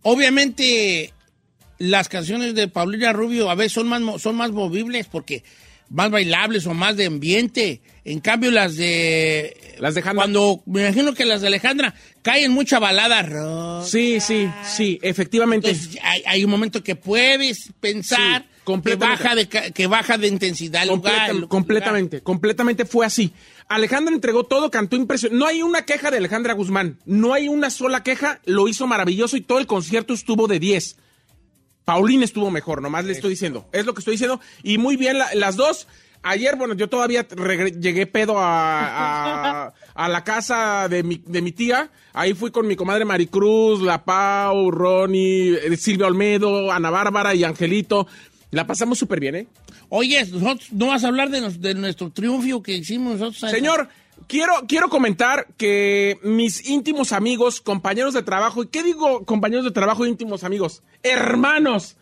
Speaker 2: obviamente las canciones de Paulina Rubio a veces son más, mo- son más movibles porque más bailables o más de ambiente. En cambio, las de...
Speaker 4: Las de Alejandra.
Speaker 2: Cuando, me imagino que las de Alejandra caen mucha balada. Ro-
Speaker 4: Sí, sí, sí, efectivamente.
Speaker 2: Entonces, hay, hay un momento que puedes pensar
Speaker 4: Sí,
Speaker 2: que,
Speaker 4: completamente.
Speaker 2: baja de, ca- que baja de intensidad el lugar.
Speaker 4: Completa-
Speaker 2: el lugar.
Speaker 4: completamente, completamente fue así. Alejandra entregó todo, cantó impresionante. No hay una queja de Alejandra Guzmán, no hay una sola queja, lo hizo maravilloso y todo el concierto estuvo de 10. Paulina estuvo mejor, nomás le estoy diciendo. Es lo que estoy diciendo. Y muy bien, la- las dos. Ayer, bueno, yo todavía regre- llegué pedo a, a- a la casa de mi, de mi tía. Ahí fui con mi comadre Maricruz, La Pau, Ronnie, eh, Silvia Olmedo, Ana Bárbara y Angelito. La pasamos súper bien, ¿eh?
Speaker 2: Oye, nosotros no vas a hablar de, nos- de nuestro triunfo que hicimos nosotros.
Speaker 4: Señor, quiero, quiero comentar que mis íntimos amigos, compañeros de trabajo, ¿y qué digo compañeros de trabajo e íntimos amigos? Hermanos.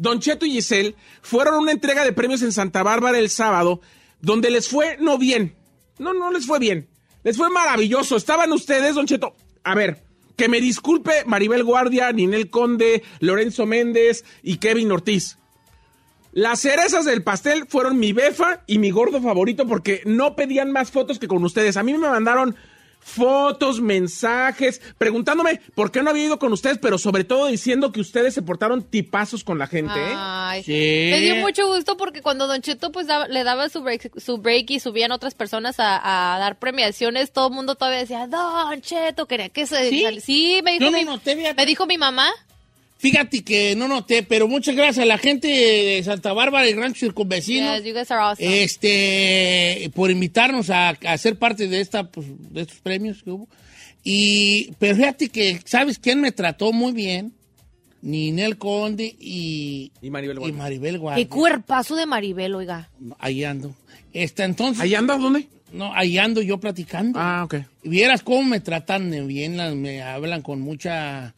Speaker 4: Don Cheto y Giselle fueron a una entrega de premios en Santa Bárbara el sábado, donde les fue no bien. No, no les fue bien. Les fue maravilloso. Estaban ustedes, Don Cheto. A ver, que me disculpe Maribel Guardia, Ninel Conde, Lorenzo Méndez y Kevin Ortiz. Las cerezas del pastel fueron mi befa y mi gordo favorito porque no pedían más fotos que con ustedes. A mí me mandaron fotos, mensajes, preguntándome por qué no había ido con ustedes, pero sobre todo diciendo que ustedes se portaron tipazos con la gente. ¿eh?
Speaker 5: Ay, Me dio mucho gusto porque cuando Don Cheto pues daba- le daba su break, su break y subían otras personas a, a dar premiaciones, todo el mundo todavía decía, Don Cheto, quería que se...
Speaker 2: ¿Sí?
Speaker 5: Sí, me dijo,
Speaker 2: Yo no
Speaker 5: mi, me dijo mi mamá.
Speaker 2: Fíjate que no noté, pero muchas gracias a la gente de Santa Bárbara y Rancho Circunvecino.
Speaker 5: Yes, you guys are awesome.
Speaker 2: Este, por invitarnos a, a ser parte de esta, pues, de estos premios que hubo. Y, pero fíjate que, ¿sabes quién me trató muy bien? Ninel Conde y,
Speaker 4: y Maribel
Speaker 2: Guardia.
Speaker 5: Qué cuerpazo de Maribel, oiga.
Speaker 2: Ahí ando. Este, entonces.
Speaker 4: ¿Ahí andas dónde?
Speaker 2: No, ahí ando yo platicando.
Speaker 4: Ah, ok.
Speaker 2: Y vieras cómo me tratan de bien, las- me hablan con mucha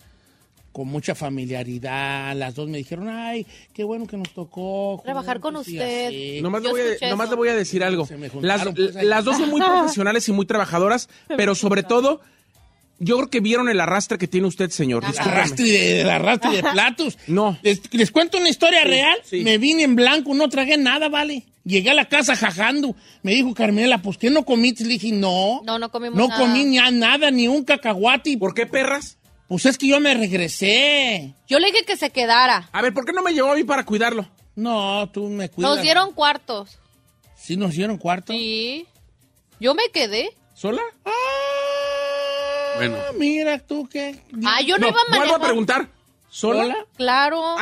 Speaker 2: con mucha familiaridad. Las dos me dijeron, ay, qué bueno que nos tocó.
Speaker 5: Trabajar con usted.
Speaker 4: Nomás, le
Speaker 5: Yo
Speaker 4: voy, a,
Speaker 5: escuché
Speaker 4: nomás
Speaker 5: eso.
Speaker 4: le voy a decir algo.
Speaker 2: Se me
Speaker 4: Las,
Speaker 2: juntaron, pues, ahí.
Speaker 4: las dos son muy profesionales y muy trabajadoras, pero sobre todo, yo creo que vieron el arrastre que tiene usted, señor. Discúlpeme.
Speaker 2: Arrastre de, de arrastre de platos.
Speaker 4: No.
Speaker 2: Les, les cuento una historia
Speaker 4: Sí,
Speaker 2: real.
Speaker 4: sí.
Speaker 2: Me vine en blanco, no tragué nada, vale. Llegué a la casa jajando. Me dijo Carmela, pues ¿qué no comiste? Le dije, no.
Speaker 5: No, no comimos
Speaker 2: No
Speaker 5: nada.
Speaker 2: comí ni a nada, ni un cacahuate.
Speaker 4: ¿Por qué perras?
Speaker 2: Pues es que yo me regresé.
Speaker 5: Yo le dije que se quedara.
Speaker 4: A ver, ¿por qué no me llevó a mí para cuidarlo?
Speaker 2: No, tú me cuidas.
Speaker 5: Nos dieron cuartos.
Speaker 2: Sí, nos dieron cuarto.
Speaker 5: Sí. Yo me quedé.
Speaker 4: ¿Sola?
Speaker 7: Bueno.
Speaker 2: Ah, mira tú qué.
Speaker 5: Ah, yo no, iba a
Speaker 4: Vuelvo
Speaker 5: manejar.
Speaker 4: a preguntar. ¿Sola?
Speaker 2: ¿Sola?
Speaker 5: Claro.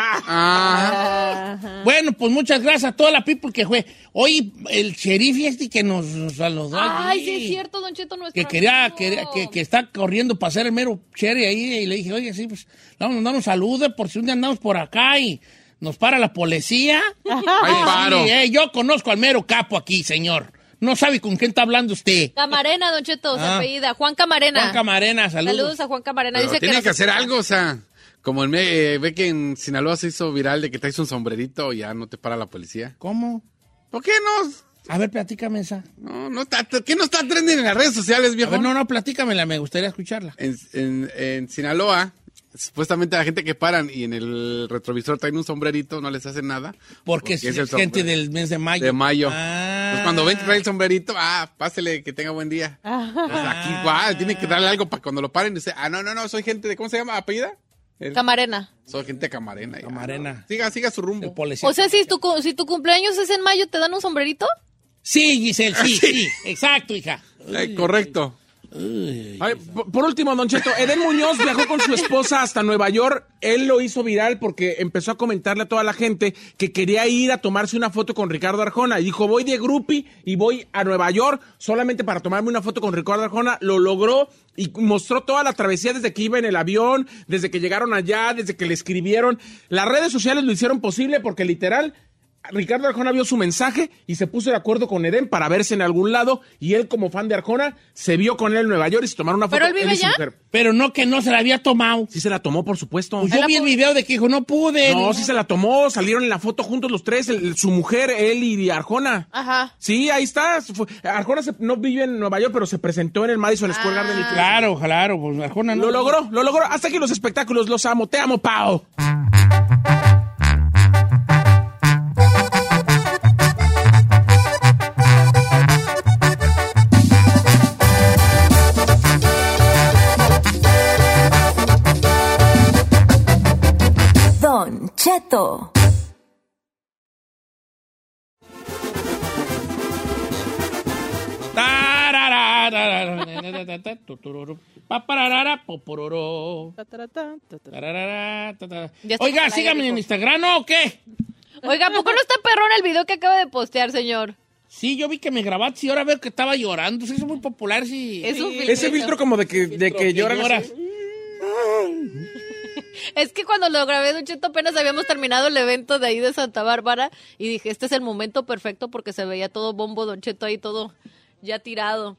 Speaker 2: Bueno, pues muchas gracias a toda la people que fue. Hoy el sheriff este que nos saludó.
Speaker 5: Ay,
Speaker 2: allí,
Speaker 5: sí es cierto, Don Cheto, nuestro
Speaker 2: Que quería,
Speaker 5: amigo.
Speaker 2: quería- que, que está corriendo para ser el mero sheriff ahí. Y le dije, oye, sí, pues vamos a mandar un saludo por si un día andamos por acá y nos para la policía.
Speaker 7: Ay,
Speaker 2: Sí,
Speaker 7: paro.
Speaker 2: eh, yo conozco al mero capo aquí, señor. No sabe con quién está hablando usted.
Speaker 5: Camarena, Don Cheto, se
Speaker 2: Ah.
Speaker 5: apellida. Juan Camarena.
Speaker 2: Juan Camarena, saludos.
Speaker 5: a Juan Camarena.
Speaker 7: Pero
Speaker 5: Dice
Speaker 7: tiene
Speaker 5: nos
Speaker 7: que, hacer
Speaker 5: escucha.
Speaker 7: algo, o sea, como en, Me- eh, ve que en Sinaloa se hizo viral de que traes un sombrerito y ya no te para la policía.
Speaker 2: ¿Cómo?
Speaker 7: ¿Por qué no?
Speaker 2: A ver, platícame esa.
Speaker 7: No, no está, ¿qué no está trending en las redes sociales,
Speaker 2: A
Speaker 7: viejo?
Speaker 2: ver, no, no, platícamela, me gustaría escucharla.
Speaker 7: En, en- en Sinaloa, supuestamente la gente que paran y en el retrovisor traen un sombrerito, no les hacen nada.
Speaker 2: Porque es,
Speaker 7: el
Speaker 2: gente
Speaker 7: sombrero.
Speaker 2: del mes de mayo.
Speaker 7: De mayo.
Speaker 2: Ah.
Speaker 7: Pues cuando ven que trae el sombrerito, ah, pásele, que tenga buen día. Pues aquí igual, tiene que darle algo para cuando lo paren. Dice, ah, no, no, no, soy gente de, ¿cómo se llama? ¿Apellida? El-
Speaker 5: Camarena.
Speaker 7: soy gente de camarena.
Speaker 2: Camarena.
Speaker 7: Siga, siga su rumbo.
Speaker 2: Policía.
Speaker 5: O sea, si tu, cu- si tu cumpleaños es en mayo, ¿te dan un sombrerito?
Speaker 2: Sí, Giselle, sí, sí. Exacto, hija.
Speaker 7: Eh, correcto.
Speaker 4: Ay, por, por último, Don Cheto, Eden Muñoz viajó con su esposa hasta Nueva York. Él lo hizo viral porque empezó a comentarle a toda la gente que quería ir a tomarse una foto con Ricardo Arjona. Y dijo, voy de grupi y voy a Nueva York solamente para tomarme una foto con Ricardo Arjona. Lo logró y mostró toda la travesía desde que iba en el avión, desde que llegaron allá, desde que le escribieron. Las redes sociales lo hicieron posible porque literal Ricardo Arjona vio su mensaje y se puso de acuerdo con Eden para verse en algún lado y él como fan de Arjona se vio con él en Nueva York y se tomaron una foto.
Speaker 5: ¿Pero él vive
Speaker 4: y su
Speaker 5: allá?
Speaker 4: mujer.
Speaker 2: Pero no que no se la había tomado.
Speaker 4: Sí se la tomó, por supuesto.
Speaker 2: Pues yo vi el video de que dijo, no pude.
Speaker 4: No, sí se la tomó, salieron en la foto juntos los tres, el- su mujer, él y Arjona.
Speaker 5: Ajá.
Speaker 4: Sí, ahí está. Fue- Arjona se- no vive en Nueva York, pero se presentó en el Madison Square Garden. y-
Speaker 5: Ah.
Speaker 2: Claro, claro, pues Arjona no.
Speaker 4: Lo logró, lo logró. Hasta aquí los espectáculos, los amo, te amo, Pau.
Speaker 11: Don Cheto.
Speaker 2: Tarararararara, tutururu, papararara, popororo, tararara, tarara.
Speaker 5: Ya está
Speaker 2: Oiga,
Speaker 5: al aire, pues.
Speaker 2: síganme en
Speaker 5: dijo.
Speaker 2: Instagram, ¿no? ¿O qué?
Speaker 5: Oiga, ¿por qué no está perrón el video que acaba de postear, señor?
Speaker 2: Sí, yo vi que me grabaste y ahora veo que estaba llorando. Sí, es muy popular, sí.
Speaker 5: Es un
Speaker 2: Sí.
Speaker 5: filtro.
Speaker 4: Ese filtro como de que, de que lloran. así.
Speaker 5: Es que cuando lo grabé, Don Cheto, apenas habíamos terminado el evento de ahí de Santa Bárbara y dije, este es el momento perfecto porque se veía todo bombo, Don Cheto, ahí todo ya tirado.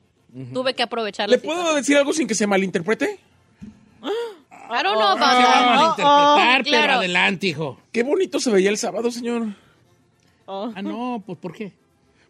Speaker 5: Tuve que aprovechar. la
Speaker 4: ¿Le puedo decir algo sin que se malinterprete?
Speaker 5: situación. Claro, no,
Speaker 2: No se va oh,
Speaker 5: oh,
Speaker 2: a malinterpretar, pero adelante, hijo.
Speaker 4: Qué bonito se veía el sábado, señor.
Speaker 2: Ah, no, pues ¿por qué?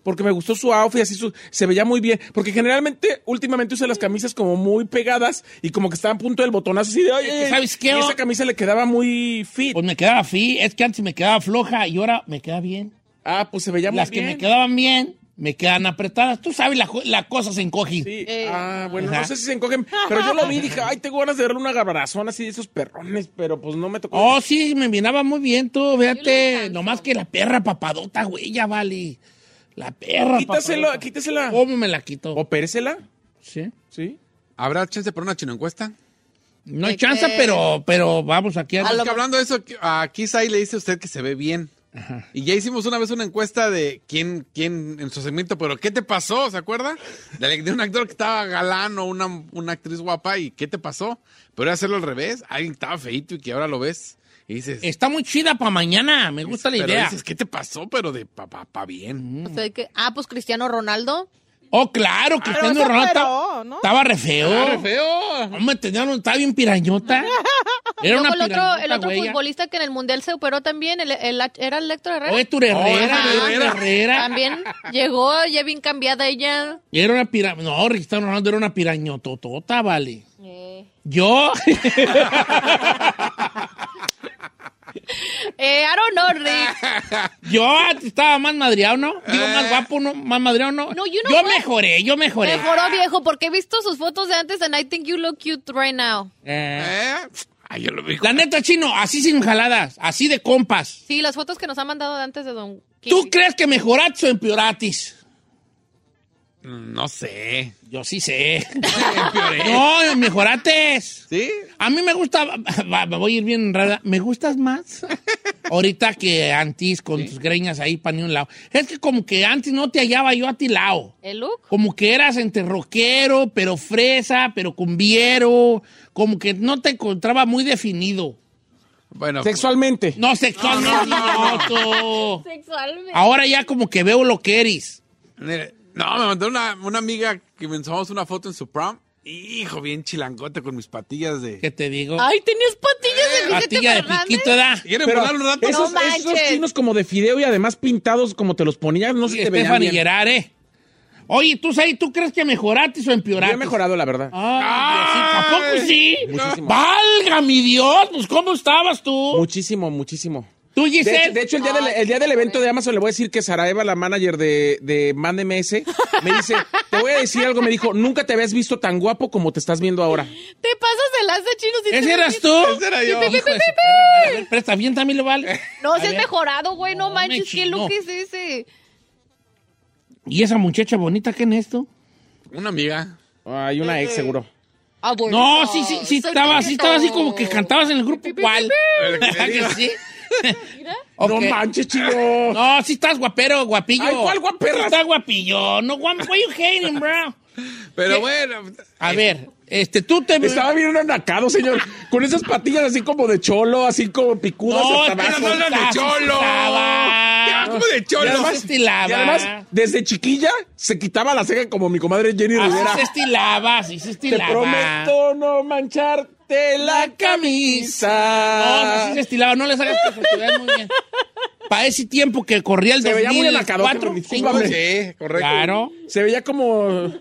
Speaker 4: Porque me gustó su outfit, así su- se veía muy bien. Porque generalmente, últimamente usa las camisas como muy pegadas y como que estaba a punto del botonazo así de, ay, ay, ay.
Speaker 2: Eh, ¿Sabes qué?
Speaker 4: Y esa camisa le quedaba muy fit.
Speaker 2: Pues me quedaba fit, es que antes me quedaba floja y ahora me queda bien.
Speaker 4: Ah, pues se veía muy
Speaker 2: Las que
Speaker 4: bien.
Speaker 2: me quedaban bien, me quedan apretadas. Tú sabes, la, jo- la cosa se encoge.
Speaker 4: Sí. Ah, bueno,
Speaker 2: Eh. Ajá.
Speaker 4: no sé si se encogen, pero yo lo vi y dije, ay, tengo ganas de verle una gabarazón así de esos perrones, pero pues no me tocó.
Speaker 2: Oh, sí, me miraba muy bien tú, fíjate. Nomás que la perra papadota, güey, ya vale. La perra
Speaker 4: Quítaselo, Oh.
Speaker 2: papadota.
Speaker 4: quítasela.
Speaker 2: ¿Cómo me la quito?
Speaker 4: Opéresela.
Speaker 2: Sí.
Speaker 4: Sí.
Speaker 7: ¿Habrá chance para una chino encuesta?
Speaker 2: No hay chance, pero, pero vamos aquí a...
Speaker 7: Es que hablando de eso, aquí Sai le dice a usted que se ve bien. Y ya hicimos una vez una encuesta de quién, quién en su segmento, pero ¿qué te pasó? ¿Se acuerda? De, de un actor que estaba galán o una, una actriz guapa y ¿qué te pasó? Pero era hacerlo al revés. Alguien que estaba feito y que ahora lo ves y dices...
Speaker 2: Está muy chida para mañana, me gusta la
Speaker 7: pero
Speaker 2: idea.
Speaker 7: dices, ¿qué te pasó? Pero de pa, pa- pa bien.
Speaker 5: O sea, que- ah, pues Cristiano Ronaldo.
Speaker 2: Oh, claro,
Speaker 6: Ah,
Speaker 2: que
Speaker 5: Pero
Speaker 2: Cristiano
Speaker 5: eso
Speaker 2: Ronaldo
Speaker 5: operó,
Speaker 2: ta-
Speaker 5: ¿no?
Speaker 2: estaba re feo.
Speaker 7: Ah, re feo.
Speaker 2: Hombre, tenía un- estaba bien pirañota. Era una
Speaker 5: Luego el otro, el
Speaker 2: pirañota,
Speaker 5: otro
Speaker 2: güey, ya.
Speaker 5: futbolista que en el Mundial se operó también, el- el- era el Héctor Herrera.
Speaker 2: Oh, Héctor Herrera,
Speaker 5: Ajá.
Speaker 2: Héctor Herrera.
Speaker 5: También llegó ya bien cambiada ella.
Speaker 2: Era una pira... No, Cristiano Ronaldo era una pirañototota, vale. Yo...
Speaker 5: Eh, I don't know,
Speaker 2: Ah,
Speaker 5: Rick.
Speaker 2: Yo antes estaba más madreado, ¿no? Digo, más guapo, ¿no? Más madreado, ¿no?
Speaker 5: No, you know
Speaker 2: yo
Speaker 5: what?
Speaker 2: mejoré, yo mejoré.
Speaker 5: Mejoró viejo, porque he visto sus fotos de antes and I think you look cute right now.
Speaker 2: Eh,
Speaker 7: Ay, yo lo vi.
Speaker 2: La neta, chino, así sin jaladas, así de compas.
Speaker 5: Sí, las fotos que nos han mandado de antes de Don King.
Speaker 2: ¿Tú crees que mejoraste o empeoratis?
Speaker 7: No sé.
Speaker 2: Yo sí sé. no, mejorates.
Speaker 7: ¿Sí?
Speaker 2: A mí me gusta, va, me voy a ir bien rara, ¿me gustas más? Ahorita que antes con tus greñas ahí para ni un lado. Es que como que antes no te hallaba yo a ti lado.
Speaker 5: ¿El look?
Speaker 2: Como que eras entre rockero, pero fresa, pero cumbiero. Como que no te encontraba muy definido.
Speaker 7: Bueno,
Speaker 4: Sexualmente.
Speaker 2: No, sexual, no, no, tú.
Speaker 5: Sexualmente.
Speaker 2: Ahora ya como que veo lo que eres.
Speaker 7: Mire, No, me mandó una, una amiga que mensamos una foto en su prom. Hijo, bien chilangote con mis patillas de...
Speaker 2: ¿Qué te digo?
Speaker 5: Ay, tenías patillas de Vicente
Speaker 2: Patilla de
Speaker 5: Fernández.
Speaker 2: piquito, ¿verdad?
Speaker 7: ¿Quieren
Speaker 4: Pero
Speaker 7: volar un rato?
Speaker 4: esos,
Speaker 5: No
Speaker 4: esos
Speaker 5: manches.
Speaker 4: chinos como de fideo y además pintados como te los ponían, no se te veían
Speaker 2: Stephanie
Speaker 4: bien.
Speaker 2: Gerard, ¿eh? Oye, ¿tú, Saí, ¿tú crees que mejoraste o
Speaker 4: Yo
Speaker 2: empeoraste?
Speaker 4: he mejorado, la verdad.
Speaker 2: Ay, Diosito, Ah, ¿A poco sí?
Speaker 4: Muchísimo.
Speaker 2: ¡Valga mi Dios! Pues, ¿cómo estabas tú?
Speaker 4: Muchísimo, muchísimo.
Speaker 2: ¿Tú,
Speaker 4: De
Speaker 2: Giselle?
Speaker 4: hecho, de hecho, el, día del, el día del evento de Amazon le voy a decir que Saraeva, la manager de, de Mándeme ese, me dice, te voy a decir algo, me dijo, nunca te habías visto tan guapo como te estás viendo ahora.
Speaker 5: Te pasas el asa chino. Si
Speaker 2: ¿Ese
Speaker 5: te-
Speaker 2: eras tú?
Speaker 7: Ese era yo.
Speaker 2: Hijo de su perra, a ver, Presta bien, también lo vale.
Speaker 5: No,
Speaker 2: A
Speaker 5: si es
Speaker 2: ver.
Speaker 5: mejorado, güey, no,
Speaker 2: No, me
Speaker 5: manches, ¿qué
Speaker 2: chinó.
Speaker 5: look es ese?
Speaker 2: ¿Y esa muchacha bonita qué en esto?
Speaker 7: Una amiga.
Speaker 4: Hay una ex, seguro.
Speaker 5: Ah, bueno.
Speaker 2: No, sí, sí, sí,
Speaker 5: Soy
Speaker 2: estaba, sí,
Speaker 5: chiquito.
Speaker 2: estaba así como que cantabas en el grupo. ¿Cuál? ¿Verdad que sí? Ok.
Speaker 4: No manches, chido.
Speaker 2: No, sí estás guapero, guapillo.
Speaker 4: Ay, ¿cuál guaperras?
Speaker 2: Sí Estás guapillo. No, guam- why you hating, bro?
Speaker 7: Pero bueno.
Speaker 2: A ver, este, tú te...
Speaker 4: Estaba bien anacado, señor. Con esas patillas así como de cholo, así como picudas
Speaker 2: No,
Speaker 4: hasta
Speaker 7: Pero
Speaker 4: abajo.
Speaker 7: no hablan de
Speaker 2: Así
Speaker 7: cholo.
Speaker 2: estaba.
Speaker 7: Ya, ¿Cómo de
Speaker 4: Y
Speaker 7: cholo?
Speaker 4: además,
Speaker 2: se estilaba.
Speaker 4: y además, desde chiquilla se quitaba la ceja como mi comadre Jenny Rivera.
Speaker 2: Así se estilaba, así se
Speaker 4: Te
Speaker 2: estilaba.
Speaker 4: prometo no mancharte la
Speaker 2: No,
Speaker 4: camisa.
Speaker 2: así se estilaba, no les hagas caso, te veas muy bien. Para ese tiempo que corría el
Speaker 4: Se veía muy enlacadote,
Speaker 2: 2004,
Speaker 4: discúlpame.
Speaker 2: cinco,
Speaker 7: Sí, correcto.
Speaker 2: Claro.
Speaker 4: Se veía como.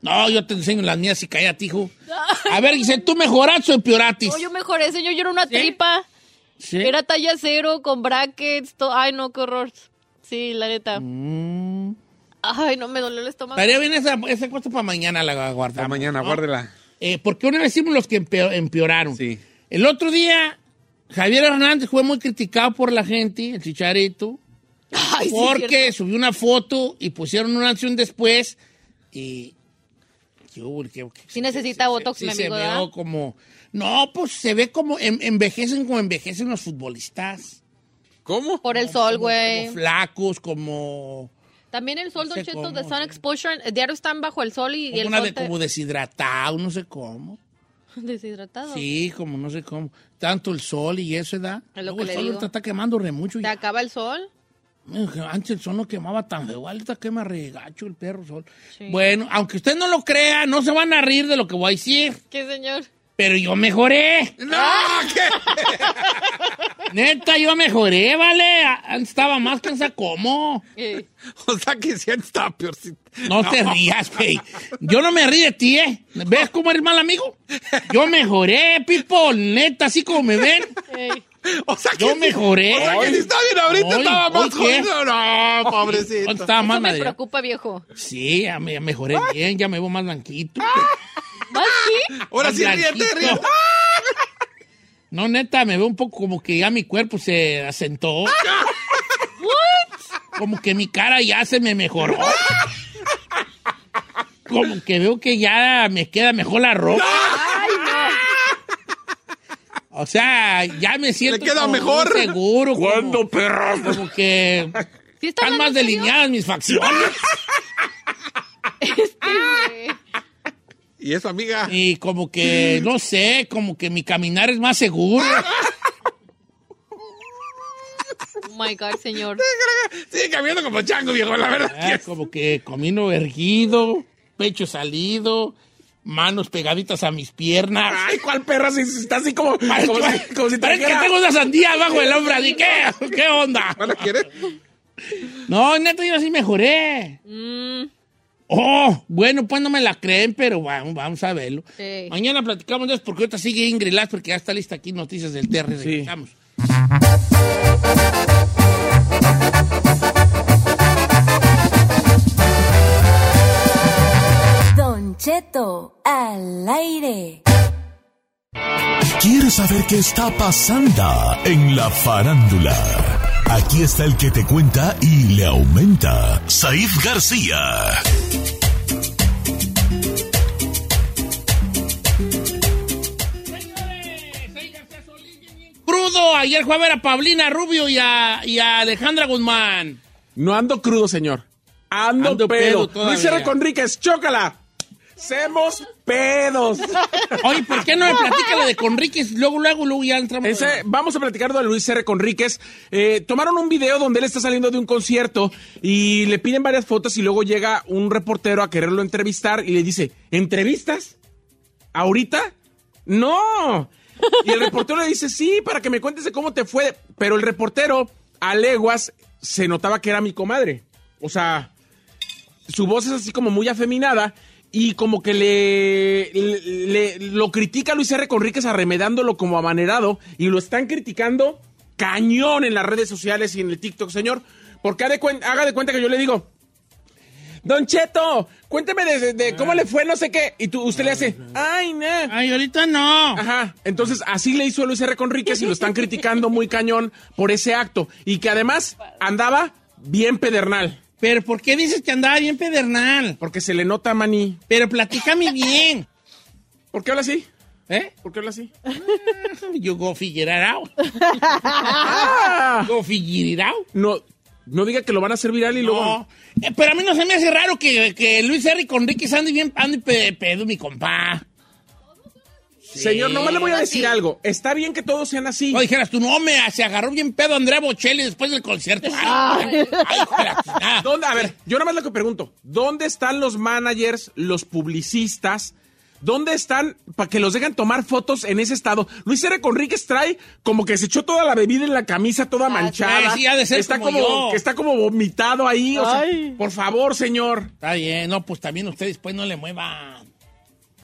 Speaker 2: No, yo te enseño las mías y cállate, hijo. A ver, dice, ¿tú mejoraste o empeoraste?
Speaker 5: No, yo mejoré, señor, yo era una tripa.
Speaker 2: Sí.
Speaker 5: Era talla cero, con brackets, todo. Ay, no, qué horror. Sí, la neta.
Speaker 2: Mm.
Speaker 5: Ay, no, me dolió el estómago.
Speaker 2: Estaría bien esa, esa encuesta para mañana la guardamos.
Speaker 7: Hasta mañana,
Speaker 2: ¿no?
Speaker 7: guárdela.
Speaker 2: Eh, porque una vez hicimos los que empeo- empeoraron.
Speaker 7: Sí.
Speaker 2: El otro día, Javier Hernández fue muy criticado por la gente, el chicharito,
Speaker 5: Ay, sí, cierto.
Speaker 2: porque subió una foto y pusieron una acción después y... ¿Qué hubo? ¿Qué- qué-
Speaker 5: Sí necesita botox,
Speaker 2: sí
Speaker 5: mi
Speaker 2: se
Speaker 5: amigo, ¿verdad?
Speaker 2: veo como... No, pues se ve como en- envejecen como envejecen los futbolistas.
Speaker 7: ¿Cómo?
Speaker 5: Por el sol, güey.
Speaker 2: Flacos, como,
Speaker 5: También el sol,
Speaker 2: No
Speaker 5: Don
Speaker 2: sé
Speaker 5: Cheto,
Speaker 2: cómo,
Speaker 5: de Sun Exposure, eh, diario están bajo el sol y, y
Speaker 2: como
Speaker 5: el
Speaker 2: una
Speaker 5: sol
Speaker 2: de,
Speaker 5: te-
Speaker 2: como deshidratado, no sé cómo.
Speaker 5: deshidratado.
Speaker 2: Sí, como no sé cómo. Tanto el sol y eso, ¿verdad?
Speaker 5: Es lo
Speaker 2: Luego
Speaker 5: que
Speaker 2: el
Speaker 5: le
Speaker 2: sol
Speaker 5: digo.
Speaker 2: ahorita está quemando re mucho. eh,
Speaker 5: ¿Te acaba el sol?
Speaker 2: Antes el sol no quemaba tan feo, ahorita quema regacho el perro sol.
Speaker 5: Sí.
Speaker 2: Bueno, aunque usted no lo crea, no se van a reír de lo que voy a decir.
Speaker 5: ¿Qué, señor?
Speaker 2: Pero yo mejoré.
Speaker 7: ¡No!
Speaker 2: Neta, yo mejoré, vale. A- Antes estaba más cansa como.
Speaker 7: O sea que si antes estaba peorcito.
Speaker 2: No te rías, güey. Yo no me río de ti, ¿eh? ¿Ves cómo eres mal amigo? Yo mejoré, people. Neta, así como me ven.
Speaker 7: O sea
Speaker 2: Yo mejoré.
Speaker 7: O sea que si está bien ahorita
Speaker 2: Hoy,
Speaker 7: estaba más
Speaker 2: hoy, ¿qué?
Speaker 7: jodido. No, pobrecito.
Speaker 2: Hoy estaba más
Speaker 5: Eso me
Speaker 2: madre.
Speaker 5: preocupa, viejo.
Speaker 2: Sí, ya me- ya mejoré bien, ya me veo más blanquito.
Speaker 5: ¿Más qué?
Speaker 7: Ahora sí,
Speaker 2: Blanquito.
Speaker 7: ríete, ríete.
Speaker 2: No, neta, me veo un poco como que ya mi cuerpo se asentó. Como que mi cara ya se me mejoró. Como que veo que ya me queda mejor la ropa. O sea, ya me siento
Speaker 7: queda
Speaker 2: como
Speaker 7: mejor.
Speaker 2: muy seguro. como-
Speaker 4: ¿Cuándo, perras?
Speaker 2: Como que
Speaker 5: ¿Sí está
Speaker 2: están más
Speaker 5: hablando en serio?
Speaker 2: delineadas mis facciones.
Speaker 5: Este, güey.
Speaker 7: Y eso, amiga.
Speaker 2: Y como que, no sé, como que mi caminar es más seguro.
Speaker 5: Oh my God, señor.
Speaker 7: Sigue caminando como chango, viejo, la verdad.
Speaker 2: Ah, como que comino erguido, pecho salido, manos pegaditas a mis piernas.
Speaker 4: Ay, ¿cuál perra? Si, si está así como,
Speaker 2: Parece
Speaker 4: como,
Speaker 2: que-
Speaker 4: si, como si
Speaker 2: parece que
Speaker 4: trajera-
Speaker 2: tengo una sandía bajo el hombro. ¿Y qué? ¿Qué onda?
Speaker 7: ¿No la quieres?
Speaker 2: No, neta, yo sí mejoré.
Speaker 5: Mm,
Speaker 2: Oh, bueno, pues no me la creen, pero vamos, vamos a verlo.
Speaker 5: sí.
Speaker 2: Mañana platicamos de eso porque ahorita sigue Ingrid Laz porque ya está lista aquí Noticias del TR. Regresamos.
Speaker 11: Don Cheto al aire.
Speaker 13: ¿Quieres saber qué está pasando en la farándula? Aquí está el que te cuenta y le aumenta, Saif García.
Speaker 2: Crudo, ayer fue a ver a Paulina Rubio y a, y a Alejandra Guzmán.
Speaker 4: No ando crudo, señor. Ando,
Speaker 2: Ando pedo
Speaker 4: pedo.
Speaker 2: todavía.
Speaker 4: Luis R. Conríquez, chócala. Semos pedos.
Speaker 2: Oye, ¿por qué no me platica la de Conríquez? Luego, luego, luego ya entramos.
Speaker 4: Ese- vamos a platicar de Luis R. Conríquez. Eh, tomaron un video donde él está saliendo de un concierto y le piden varias fotos y luego llega un reportero a quererlo entrevistar y le dice, ¿entrevistas? ¿Ahorita? ¡No! Y el reportero le dice, sí, para que me cuentes de cómo te fue. Pero el reportero, a leguas, se notaba que era mi comadre. O sea, su voz es así como muy afeminada y como que le, le- le- lo critica Luis R. Conríquez arremedándolo como amanerado y lo están criticando cañón en las redes sociales y en el TikTok, señor, porque ha de cuen- haga de cuenta que yo le digo, Don Cheto, cuénteme de, de cómo le fue, no sé qué, y tú, usted le hace, ay, no.
Speaker 2: Ay, ahorita no.
Speaker 4: Ajá, entonces así le hizo a Luis R. Conríquez y lo están criticando muy cañón por ese acto y que además andaba bien pedernal,
Speaker 2: Pero ¿por qué dices que andaba bien pedernal?
Speaker 4: porque se le nota maní.
Speaker 2: Pero platícame bien.
Speaker 4: ¿Por qué habla así?
Speaker 2: ¿Eh?
Speaker 4: ¿Por qué habla así?
Speaker 2: You go figure it out.
Speaker 4: ¡Ah!
Speaker 2: Go figure it out.
Speaker 4: No, no diga que lo van a hacer viral y luego.
Speaker 2: No. Eh, pero a mí no se me hace raro que, que Luis R. Conríquez ande bien, ande pe- pedo, mi compa.
Speaker 4: Señor, nomás le voy
Speaker 2: Ah,
Speaker 4: a
Speaker 5: Sí.
Speaker 4: decir algo. Está bien que todos sean así.
Speaker 2: No dijeras tú, no, me se agarró bien pedo Andrea Bocelli después del concierto. Ay, ay, hijo de la chingada.
Speaker 4: ¿Dónde? A ver, yo nomás lo que pregunto. ¿Dónde están los managers, los publicistas? ¿Dónde están para que los dejan tomar fotos en ese estado? Luis R. Conríquez trae como que se echó toda la bebida en la camisa, toda manchada.
Speaker 2: Ah, sí, ha de ser
Speaker 4: está
Speaker 2: como yo.
Speaker 4: que está como vomitado ahí. o sea,
Speaker 6: Ay.
Speaker 4: por favor, señor.
Speaker 2: Está bien, no, pues también ustedes pues no le muevan.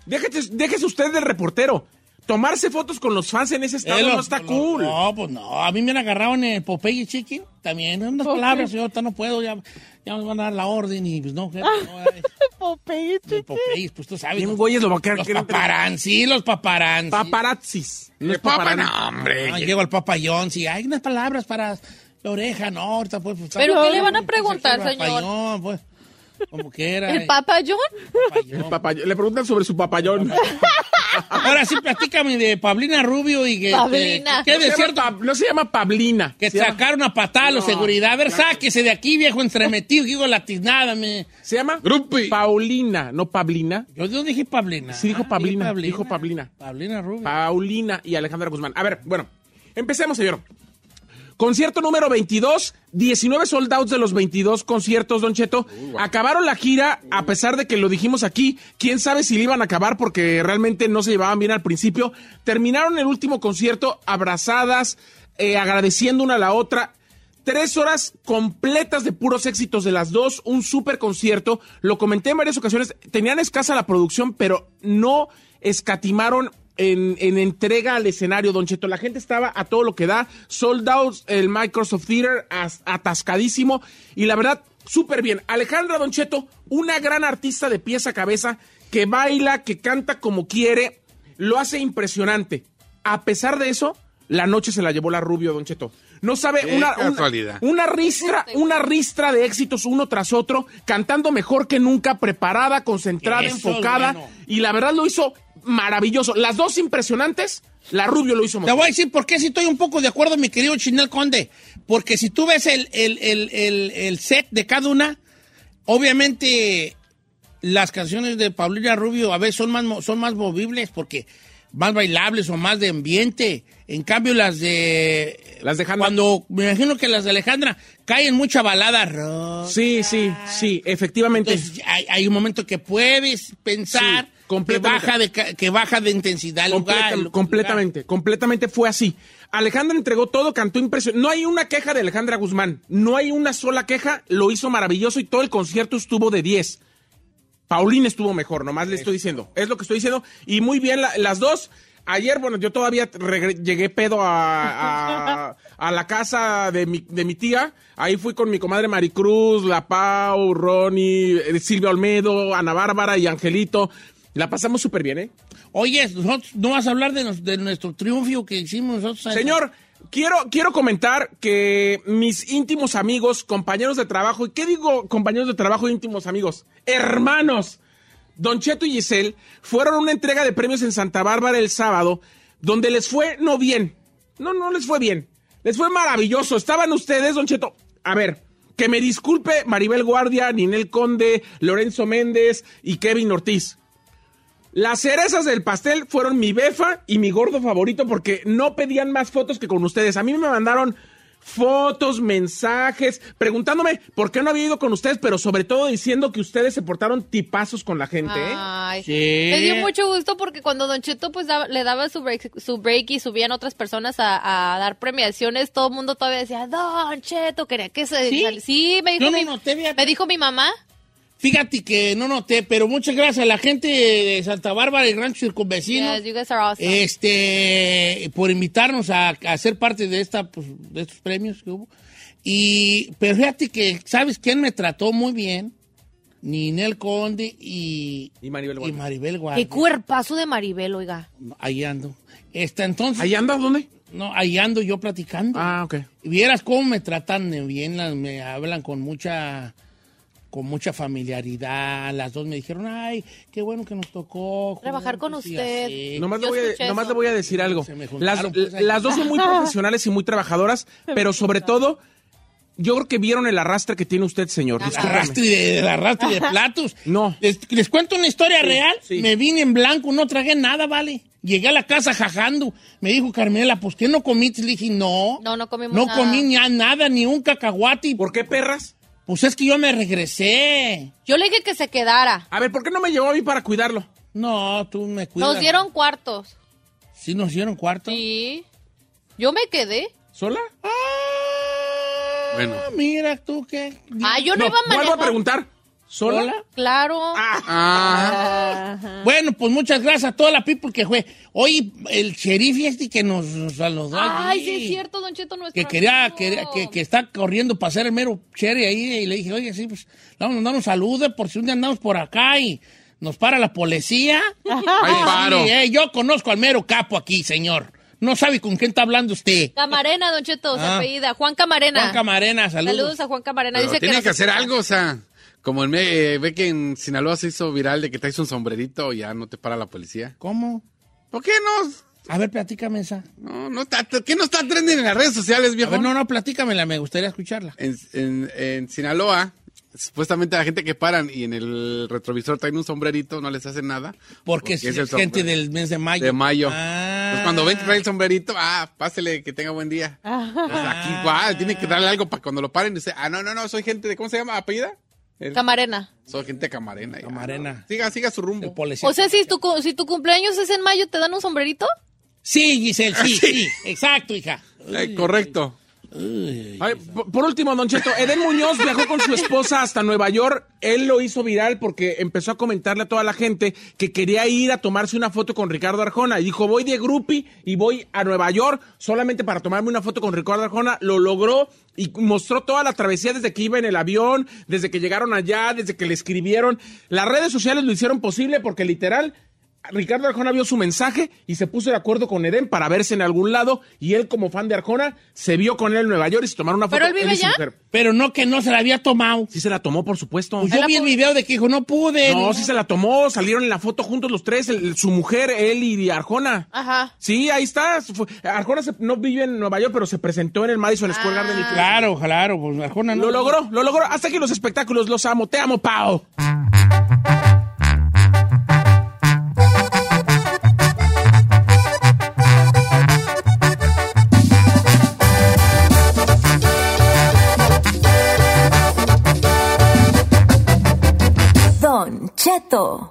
Speaker 4: Déjese, déjese usted del reportero. Tomarse fotos con los fans en ese estado
Speaker 2: Eh, lo-
Speaker 4: no está
Speaker 2: lo-
Speaker 4: cool.
Speaker 2: No, pues no. A mí me han agarrado en el Popeye Chicken. También unas
Speaker 6: Popeye.
Speaker 2: palabras, señor, ahorita no puedo. Ya, ya me van a dar la orden y pues no. jefe, no, eh,
Speaker 6: Popeye,
Speaker 2: el
Speaker 6: chiqui.
Speaker 2: Popeye, pues tú sabes.
Speaker 4: Bien,
Speaker 2: los-
Speaker 4: güeyes, lo va a quedar
Speaker 2: Los
Speaker 4: quedar-
Speaker 2: paparanzi, los paparanzi.
Speaker 4: Paparazzis. No es
Speaker 7: Papa,
Speaker 4: paparazzi.
Speaker 7: no, hombre.
Speaker 2: Ah, llego al papayón, sí. Hay unas palabras para la oreja, no, ahorita pues. pues,
Speaker 5: ¿Pero
Speaker 2: está-
Speaker 5: qué le van a preguntar,
Speaker 2: Papayón,
Speaker 5: señor?
Speaker 2: pues, como que era.
Speaker 5: ¿El
Speaker 2: eh,
Speaker 5: Papa John?
Speaker 2: papayón.
Speaker 4: El papay- Le preguntan sobre su papayón.
Speaker 2: Ahora sí, platícame de Pablina Rubio y que.
Speaker 5: Pablina.
Speaker 2: que- ¿Qué
Speaker 5: No se
Speaker 2: de
Speaker 5: llama
Speaker 2: cierto? No se llama Pablina. Que
Speaker 4: Se llama-
Speaker 2: sacaron a patada a los
Speaker 4: No,
Speaker 2: seguridad. A ver, sáquese de aquí, viejo entremetido, que digo latiznada, me.
Speaker 4: ¿Se llama? Paulina, no Pablina.
Speaker 2: Yo, yo dije Pablina.
Speaker 4: Sí, dijo Pablina.
Speaker 2: Ah, Pablina.
Speaker 4: Dijo Pablina.
Speaker 2: Paulina Rubio.
Speaker 4: Paulina y Alejandra Guzmán. A ver, bueno, empecemos, señor. Concierto número 22, 19 sold outs de los 22 conciertos, Don Cheto. Acabaron la gira, a pesar de que lo dijimos aquí, quién sabe si le iban a acabar porque realmente no se llevaban bien al principio. Terminaron el último concierto abrazadas, eh, agradeciendo una a la otra. Tres horas completas de puros éxitos de las dos, un super concierto. Lo comenté en varias ocasiones, tenían escasa la producción, pero no escatimaron en, en entrega al escenario, Don Cheto. La gente estaba a todo lo que da, sold out el Microsoft Theater, as- atascadísimo. Y la verdad, súper bien. Alejandra Don Cheto, una gran artista de pieza a cabeza, que baila, que canta como quiere, lo hace impresionante. A pesar de eso, la noche se la llevó la Rubio, Don Cheto. No sabe
Speaker 7: Qué
Speaker 4: una, una-
Speaker 7: casualidad.
Speaker 4: una ristra, una ristra de éxitos uno tras otro, cantando mejor que nunca, preparada, concentrada,
Speaker 2: Eso,
Speaker 4: enfocada.
Speaker 2: bueno.
Speaker 4: Y la verdad lo hizo maravilloso. Las dos impresionantes, la Rubio lo hizo
Speaker 2: Te
Speaker 4: mejor.
Speaker 2: voy a decir por qué si estoy un poco de acuerdo, mi querido Chinel Conde. Porque si tú ves el, el- el- el- el set de cada una, obviamente las canciones de Paulina Rubio a veces son más, mo- son más movibles porque más bailables o más de ambiente. En cambio, las de. Las de Cuando me imagino que las de Alejandra caen mucha balada. rock.
Speaker 4: Sí, sí, sí, efectivamente.
Speaker 2: Entonces, hay, hay un momento que puedes pensar que,
Speaker 4: completamente.
Speaker 2: baja de, ca- que baja de intensidad. el lugar,
Speaker 4: Completam-
Speaker 2: el lugar.
Speaker 4: completamente, completamente fue así. Alejandra entregó todo, cantó impresionante. No hay una queja de Alejandra Guzmán, no hay una sola queja, lo hizo maravilloso y todo el concierto estuvo de 10. Paulina estuvo mejor, nomás le estoy diciendo. Es lo que estoy diciendo. Y muy bien, la- las dos. Ayer, bueno, yo todavía regre- llegué pedo a, a- a la casa de mi, de mi tía. Ahí fui con mi comadre Maricruz, La Pau, Ronnie, eh, Silvia Olmedo, Ana Bárbara y Angelito. La pasamos súper bien, ¿eh?
Speaker 2: Oye, nosotros no vas a hablar de, nos- de nuestro triunfo que hicimos nosotros.
Speaker 4: Señor, quiero, quiero comentar que mis íntimos amigos, compañeros de trabajo, ¿y qué digo compañeros de trabajo e íntimos amigos? Hermanos. Don Cheto y Giselle fueron a una entrega de premios en Santa Bárbara el sábado, donde les fue no bien. No, no les fue bien. Les fue maravilloso. Estaban ustedes, Don Cheto. A ver, que me disculpe Maribel Guardia, Ninel Conde, Lorenzo Méndez y Kevin Ortiz. Las cerezas del pastel fueron mi befa y mi gordo favorito porque no pedían más fotos que con ustedes. A mí me mandaron fotos, mensajes, preguntándome por qué no había ido con ustedes, pero sobre todo diciendo que ustedes se portaron tipazos con la gente. ¿eh?
Speaker 2: Ah.
Speaker 5: Ay,
Speaker 4: Sí.
Speaker 5: Me dio mucho gusto porque cuando Don Cheto pues daba- le daba su break, su break y subían otras personas a, a dar premiaciones, todo el mundo todavía decía, Don Cheto, quería que se...
Speaker 2: ¿Sí?
Speaker 5: sal-". Sí, me dijo,
Speaker 2: Yo
Speaker 5: mi,
Speaker 2: ni noté, fíjate.
Speaker 5: me dijo mi mamá.
Speaker 2: Fíjate que no noté, pero muchas gracias a la gente de Santa Bárbara y Rancho Circunvecino.
Speaker 5: Yes, you guys are awesome.
Speaker 2: Este, por invitarnos a, a ser parte de esta, pues, de estos premios que hubo. Y, pero fíjate que, ¿sabes quién me trató muy bien? Ninel Conde y,
Speaker 4: y Maribel
Speaker 2: Guardia.
Speaker 5: Qué cuerpazo de Maribel, oiga.
Speaker 2: Ahí ando. Esta, entonces.
Speaker 4: ¿Ahí andas dónde?
Speaker 2: No, ahí ando yo platicando.
Speaker 4: Ah, ok.
Speaker 2: Vieras cómo me tratan de bien, las- me hablan con mucha con mucha familiaridad. Las dos me dijeron, ay, qué bueno que nos tocó.
Speaker 5: Trabajar con
Speaker 2: juntos y
Speaker 5: usted.
Speaker 2: así".
Speaker 4: Nomás, le
Speaker 5: Yo
Speaker 4: voy,
Speaker 5: escuché
Speaker 4: a, nomás
Speaker 5: eso.
Speaker 4: le voy a decir algo.
Speaker 2: Se me
Speaker 4: Las,
Speaker 2: juntaron, pues, ahí.
Speaker 4: las dos son muy profesionales y muy trabajadoras, pero sobre todo, yo creo que vieron el arrastre que tiene usted, señor. Discúlpame.
Speaker 2: Arrastre de, de arrastre de platos.
Speaker 4: No.
Speaker 2: Les, les cuento una historia
Speaker 4: Sí,
Speaker 2: real.
Speaker 4: sí.
Speaker 2: Me vine en blanco, no tragué nada, vale. Llegué a la casa jajando. Me dijo Carmela, pues ¿qué no comiste? Le dije, no.
Speaker 5: No, no comimos
Speaker 2: No
Speaker 5: nada.
Speaker 2: comí ni a nada, ni un cacahuate.
Speaker 4: ¿Por qué perras?
Speaker 2: Pues es que yo me regresé.
Speaker 5: Yo le dije que se quedara.
Speaker 4: A ver, ¿por qué no me llevó a mí para cuidarlo?
Speaker 2: No, tú me cuidas.
Speaker 5: Nos dieron cuartos.
Speaker 2: Sí, nos dieron cuarto.
Speaker 5: Sí. Yo me quedé.
Speaker 4: ¿Sola?
Speaker 7: Bueno.
Speaker 2: Ah, mira tú qué.
Speaker 5: Ah, yo no, iba a
Speaker 4: Vuelvo
Speaker 5: manejar.
Speaker 4: a preguntar. ¿Sola?
Speaker 2: ¿Sola?
Speaker 5: Claro.
Speaker 2: Bueno, pues muchas gracias a toda la people que fue. Hoy el sheriff este que nos, nos saludó.
Speaker 5: Ay,
Speaker 2: allí,
Speaker 5: sí es cierto, Don Cheto, nuestro
Speaker 2: Que quería,
Speaker 5: amigo.
Speaker 2: quería- que, que está corriendo para ser el mero sheriff ahí. Y le dije, oye, sí, pues vamos a mandar un saludo por si un día andamos por acá y nos para la policía.
Speaker 7: Hay
Speaker 2: Sí,
Speaker 7: paro.
Speaker 2: eh, yo conozco al mero capo aquí, señor. No sabe con quién está hablando usted.
Speaker 5: Camarena, Don Cheto, se
Speaker 2: Ah.
Speaker 5: apellida. Juan Camarena.
Speaker 2: Juan Camarena, saludos.
Speaker 5: saludos. a Juan Camarena.
Speaker 7: Pero
Speaker 5: Dice
Speaker 7: tiene que,
Speaker 5: nos
Speaker 7: hacer
Speaker 5: escucha.
Speaker 7: algo, o sea, como en, eh, ve que en Sinaloa se hizo viral de que traes un sombrerito y ya no te para la policía.
Speaker 2: ¿Cómo?
Speaker 7: ¿Por qué no?
Speaker 2: A ver, platícame esa.
Speaker 7: No, no está, ¿qué no está trending en las redes sociales, viejo?
Speaker 2: A ver, no, no, platícamela, me gustaría escucharla.
Speaker 7: En, en- en Sinaloa, supuestamente la gente que paran y en el retrovisor traen un sombrerito, no les hacen nada.
Speaker 2: Porque, es,
Speaker 7: el
Speaker 2: gente
Speaker 7: sombrero
Speaker 2: del mes de mayo.
Speaker 7: de mayo.
Speaker 2: Ah.
Speaker 7: Pues cuando ven que trae el sombrerito, ah, pásele, que tenga buen día. Pues aquí igual, tiene que darle algo para cuando lo paren y dice, ah, no, no, no, soy gente de, ¿cómo se llama? ¿Apellida? El-
Speaker 5: Camarena.
Speaker 7: soy gente camarena. ya,
Speaker 2: Camarena.
Speaker 7: no. Siga, siga su rumbo.
Speaker 5: O sea, si tu, cu- si tu cumpleaños es en mayo, ¿te dan un sombrerito?
Speaker 2: Sí, Giselle, sí, sí. Exacto, hija.
Speaker 7: Eh, correcto.
Speaker 4: Ay, por, por último, Don Cheto, Eden Muñoz viajó con su esposa hasta Nueva York. Él lo hizo viral porque empezó a comentarle a toda la gente que quería ir a tomarse una foto con Ricardo Arjona. Y dijo, voy de grupi y voy a Nueva York solamente para tomarme una foto con Ricardo Arjona. Lo logró y mostró toda la travesía desde que iba en el avión, desde que llegaron allá, desde que le escribieron. Las redes sociales lo hicieron posible porque literal Ricardo Arjona vio su mensaje y se puso de acuerdo con Eden para verse en algún lado y él como fan de Arjona se vio con él en Nueva York y se tomaron una foto.
Speaker 2: ¿Pero él vive
Speaker 4: y su
Speaker 2: allá? Pero no que no se la había tomado.
Speaker 4: Sí se la tomó, por supuesto.
Speaker 2: Pues yo vi el video de que dijo, no pude.
Speaker 4: No, sí se la tomó, salieron en la foto juntos los tres, el- su mujer, él y Arjona.
Speaker 5: Ajá.
Speaker 4: Sí, ahí está. Fue- Arjona se- no vive en Nueva York, pero se presentó en el Madison Square Garden.
Speaker 2: Ah.
Speaker 4: y-
Speaker 2: Claro, claro, pues Arjona no.
Speaker 4: Lo logró, lo logró. Hasta que los espectáculos los amo. Te amo, Pau.
Speaker 11: Don Cheto.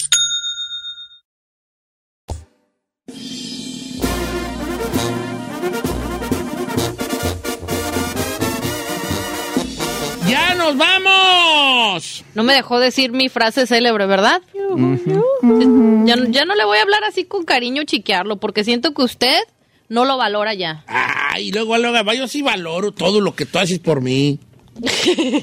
Speaker 2: ¡Ya nos vamos!
Speaker 5: No me dejó decir mi frase célebre, ¿verdad? Ya, no- ya no le voy a hablar así con cariño, chiquearlo, porque siento que usted no lo valora ya.
Speaker 2: Ay, Ah, y luego, luego, va, yo sí valoro todo lo que tú haces por mí.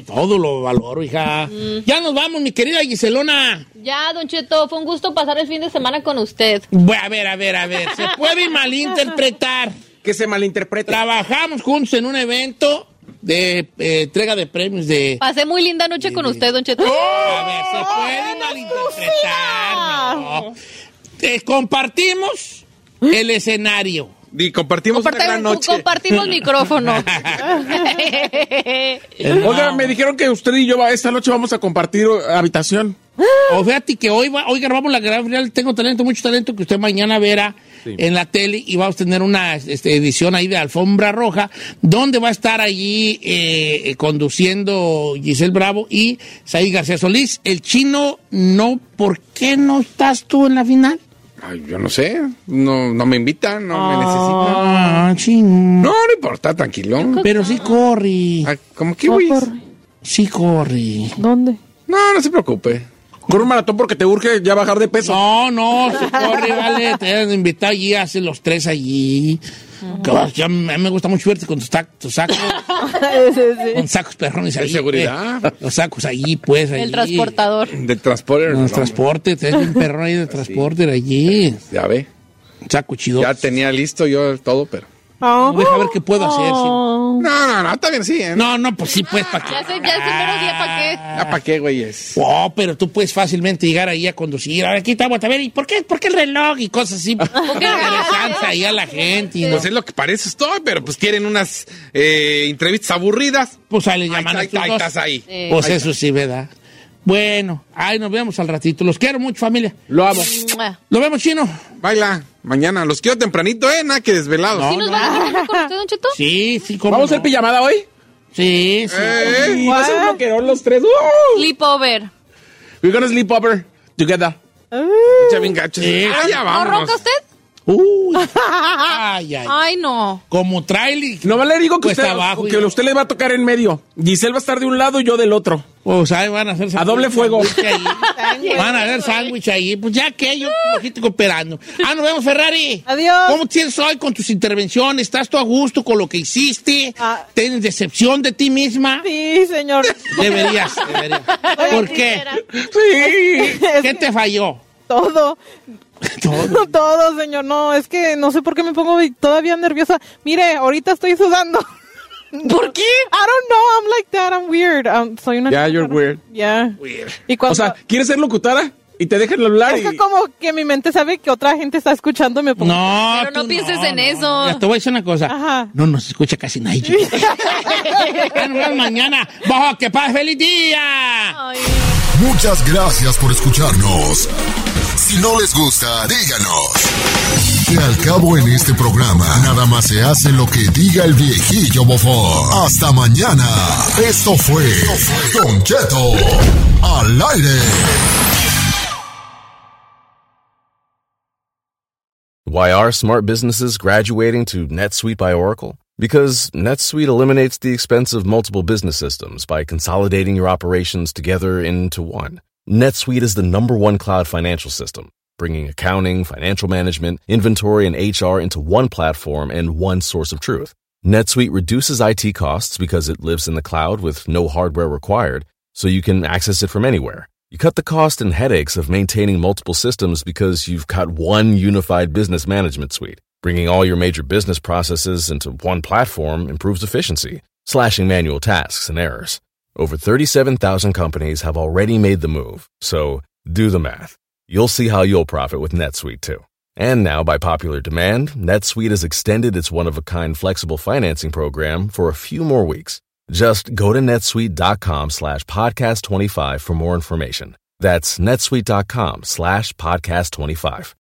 Speaker 2: todo lo valoro, hija. Ya nos vamos, mi querida Giselona.
Speaker 5: Ya, Don Cheto, fue un gusto pasar el fin de semana con usted.
Speaker 2: Bueno, a ver, a ver, a ver. Se puede malinterpretar.
Speaker 4: Que se malinterprete.
Speaker 2: Trabajamos juntos en un evento de eh, entrega de premios de.
Speaker 5: Pasé muy linda noche con usted, Don Cheto.
Speaker 2: A ver, se puede malinterpretar. no. Eh, compartimos el escenario.
Speaker 7: Y compartimos
Speaker 5: Compartimos- compartimos micrófono.
Speaker 4: Oiga, me dijeron que usted y yo va- esta noche vamos a compartir eh, habitación.
Speaker 2: O fíjate que hoy, va- hoy grabamos la gran final. Tengo talento, mucho talento que usted mañana verá en la tele y vamos a tener una este, edición ahí de Alfombra Roja, donde va a estar allí eh, eh, conduciendo Giselle Bravo y Saí García Solís. El chino, no, ¿por qué no estás tú en la final?
Speaker 7: Ay, yo no sé, no, no me invitan, no me necesitan.
Speaker 2: Ah, chino.
Speaker 7: No, no importa, tranquilo.
Speaker 2: Pero sí corre.
Speaker 7: ¿Cómo que, güey?
Speaker 2: Sí corre.
Speaker 6: ¿Dónde?
Speaker 7: No, no se preocupe.
Speaker 4: Corre un maratón porque te urge ya bajar de peso.
Speaker 2: No, no, sí corre, vale. Te han invitado allí, hacen los tres allí. Que vas- ya me- a mí me gusta mucho verte con tus tac- tus sacos. Con sacos perrones
Speaker 7: De
Speaker 2: ahí.
Speaker 7: seguridad.
Speaker 2: eh. Los sacos allí, pues.
Speaker 5: El
Speaker 2: allí.
Speaker 5: transportador.
Speaker 7: Del transporte.
Speaker 2: Los transportes, es un perrón ahí de transporte allí.
Speaker 7: Ya ve.
Speaker 2: Saco chido.
Speaker 7: Ya tenía listo yo todo, pero.
Speaker 2: Deja ver qué puedo hacer. sí.
Speaker 7: No, no, no, está bien, sí, ¿eh?
Speaker 2: No, no, pues sí, pues, para
Speaker 5: Oh. Ya sé, ya es el mero día para qué.
Speaker 7: Ah, ¿Para qué, güey? Es?
Speaker 2: Oh, pero tú puedes fácilmente llegar ahí a conducir. Ahora aquí estamos, a ver, ¿y por qué, por qué el reloj? Y cosas así. Interesantes ahí a la gente. y ¿no?
Speaker 7: Pues es lo que parece estoy, pero pues quieren unas eh, entrevistas aburridas.
Speaker 2: Pues ahí le
Speaker 7: Ahí
Speaker 2: llaman a
Speaker 7: está,
Speaker 2: estos
Speaker 7: ahí
Speaker 2: dos.
Speaker 7: estás ahí.
Speaker 5: Sí.
Speaker 2: Pues eso sí, ¿verdad? Bueno, ahí nos vemos al ratito. Los quiero mucho, familia.
Speaker 4: Lo amo.
Speaker 5: Mua.
Speaker 2: Lo vemos, chino.
Speaker 7: Baila. Mañana los quiero tempranito, ¿eh? Nada que desvelados.
Speaker 5: ¿Sí nos van a hacer un con usted, Don Cheto?
Speaker 2: Sí, sí,
Speaker 4: ¿Vamos a hacer pijamada hoy?
Speaker 2: Sí, sí.
Speaker 7: Eh,
Speaker 4: Y va a ser un loquerón los tres. ¡Uh!
Speaker 5: Flip over.
Speaker 4: We're gonna sleep over together.
Speaker 7: Ya bien gachos. Ah, ya
Speaker 5: ¿No
Speaker 7: vámonos.
Speaker 5: ronca usted?
Speaker 2: Uy. Ay, ay.
Speaker 5: Ay, no.
Speaker 2: Como trailer.
Speaker 4: No le digo que,
Speaker 2: Cuesta
Speaker 4: usted,
Speaker 2: abajo,
Speaker 4: que
Speaker 2: ya.
Speaker 4: usted le va a tocar en medio. Giselle va a estar de un lado y yo del otro.
Speaker 2: Pues ahí van a hacer
Speaker 4: A doble fuego.
Speaker 2: sándwich ahí. Van a hacer sándwich ahí. Pues ya que yo estoy cooperando. Ah, nos vemos, Ferrari.
Speaker 6: Adiós.
Speaker 2: ¿Cómo tienes hoy con tus intervenciones? ¿Estás tú a gusto con lo que hiciste?
Speaker 6: Ah.
Speaker 2: ¿Tienes decepción de ti misma?
Speaker 6: Sí, señor.
Speaker 2: Deberías, deberías. ¿Por qué?
Speaker 4: Sí.
Speaker 2: ¿Qué te falló?
Speaker 6: Todo. Todo. señor. No, es que no sé por qué me pongo todavía nerviosa. Mire, ahorita estoy sudando. ¿Por qué? I don't know. I'm like that. I'm weird. Um, soy una.
Speaker 4: Yeah, you're weird.
Speaker 6: Yeah. Y cuando,
Speaker 4: O sea, ¿quieres ser locutora? Y te dejan hablar
Speaker 6: es que
Speaker 4: y...
Speaker 6: como que mi mente sabe que otra gente está escuchando me pongo.
Speaker 2: No,
Speaker 5: Pero no
Speaker 2: tú
Speaker 5: pienses en eso.
Speaker 2: Mira, te voy a decir una cosa.
Speaker 6: Ajá.
Speaker 2: No nos escucha casi nadie. Ah, nos vemos mañana. Bajo, que paz, feliz día.
Speaker 5: Ay.
Speaker 13: Muchas gracias por escucharnos. Si no les gusta, díganos. Que al cabo en este programa, nada más se hace lo que diga el viejillo bofón. Hasta mañana. Esto fue Don Cheto al aire.
Speaker 14: Why are smart businesses graduating to NetSuite by Oracle? Because NetSuite eliminates the expense of multiple business systems by consolidating your operations together into one. NetSuite is the number one cloud financial system, bringing accounting, financial management, inventory, and HR into one platform and one source of truth. NetSuite reduces IT costs because it lives in the cloud with no hardware required, so you can access it from anywhere. You cut the cost and headaches of maintaining multiple systems because you've got one unified business management suite. Bringing all your major business processes into one platform improves efficiency, slashing manual tasks and errors. Over 37,000 companies have already made the move, so do the math. You'll see how you'll profit with NetSuite too. And now, by popular demand, NetSuite has extended its one of a kind flexible financing program for a few more weeks. Just go to netsuite.com slash podcast 25 for more information. That's netsuite.com slash podcast 25.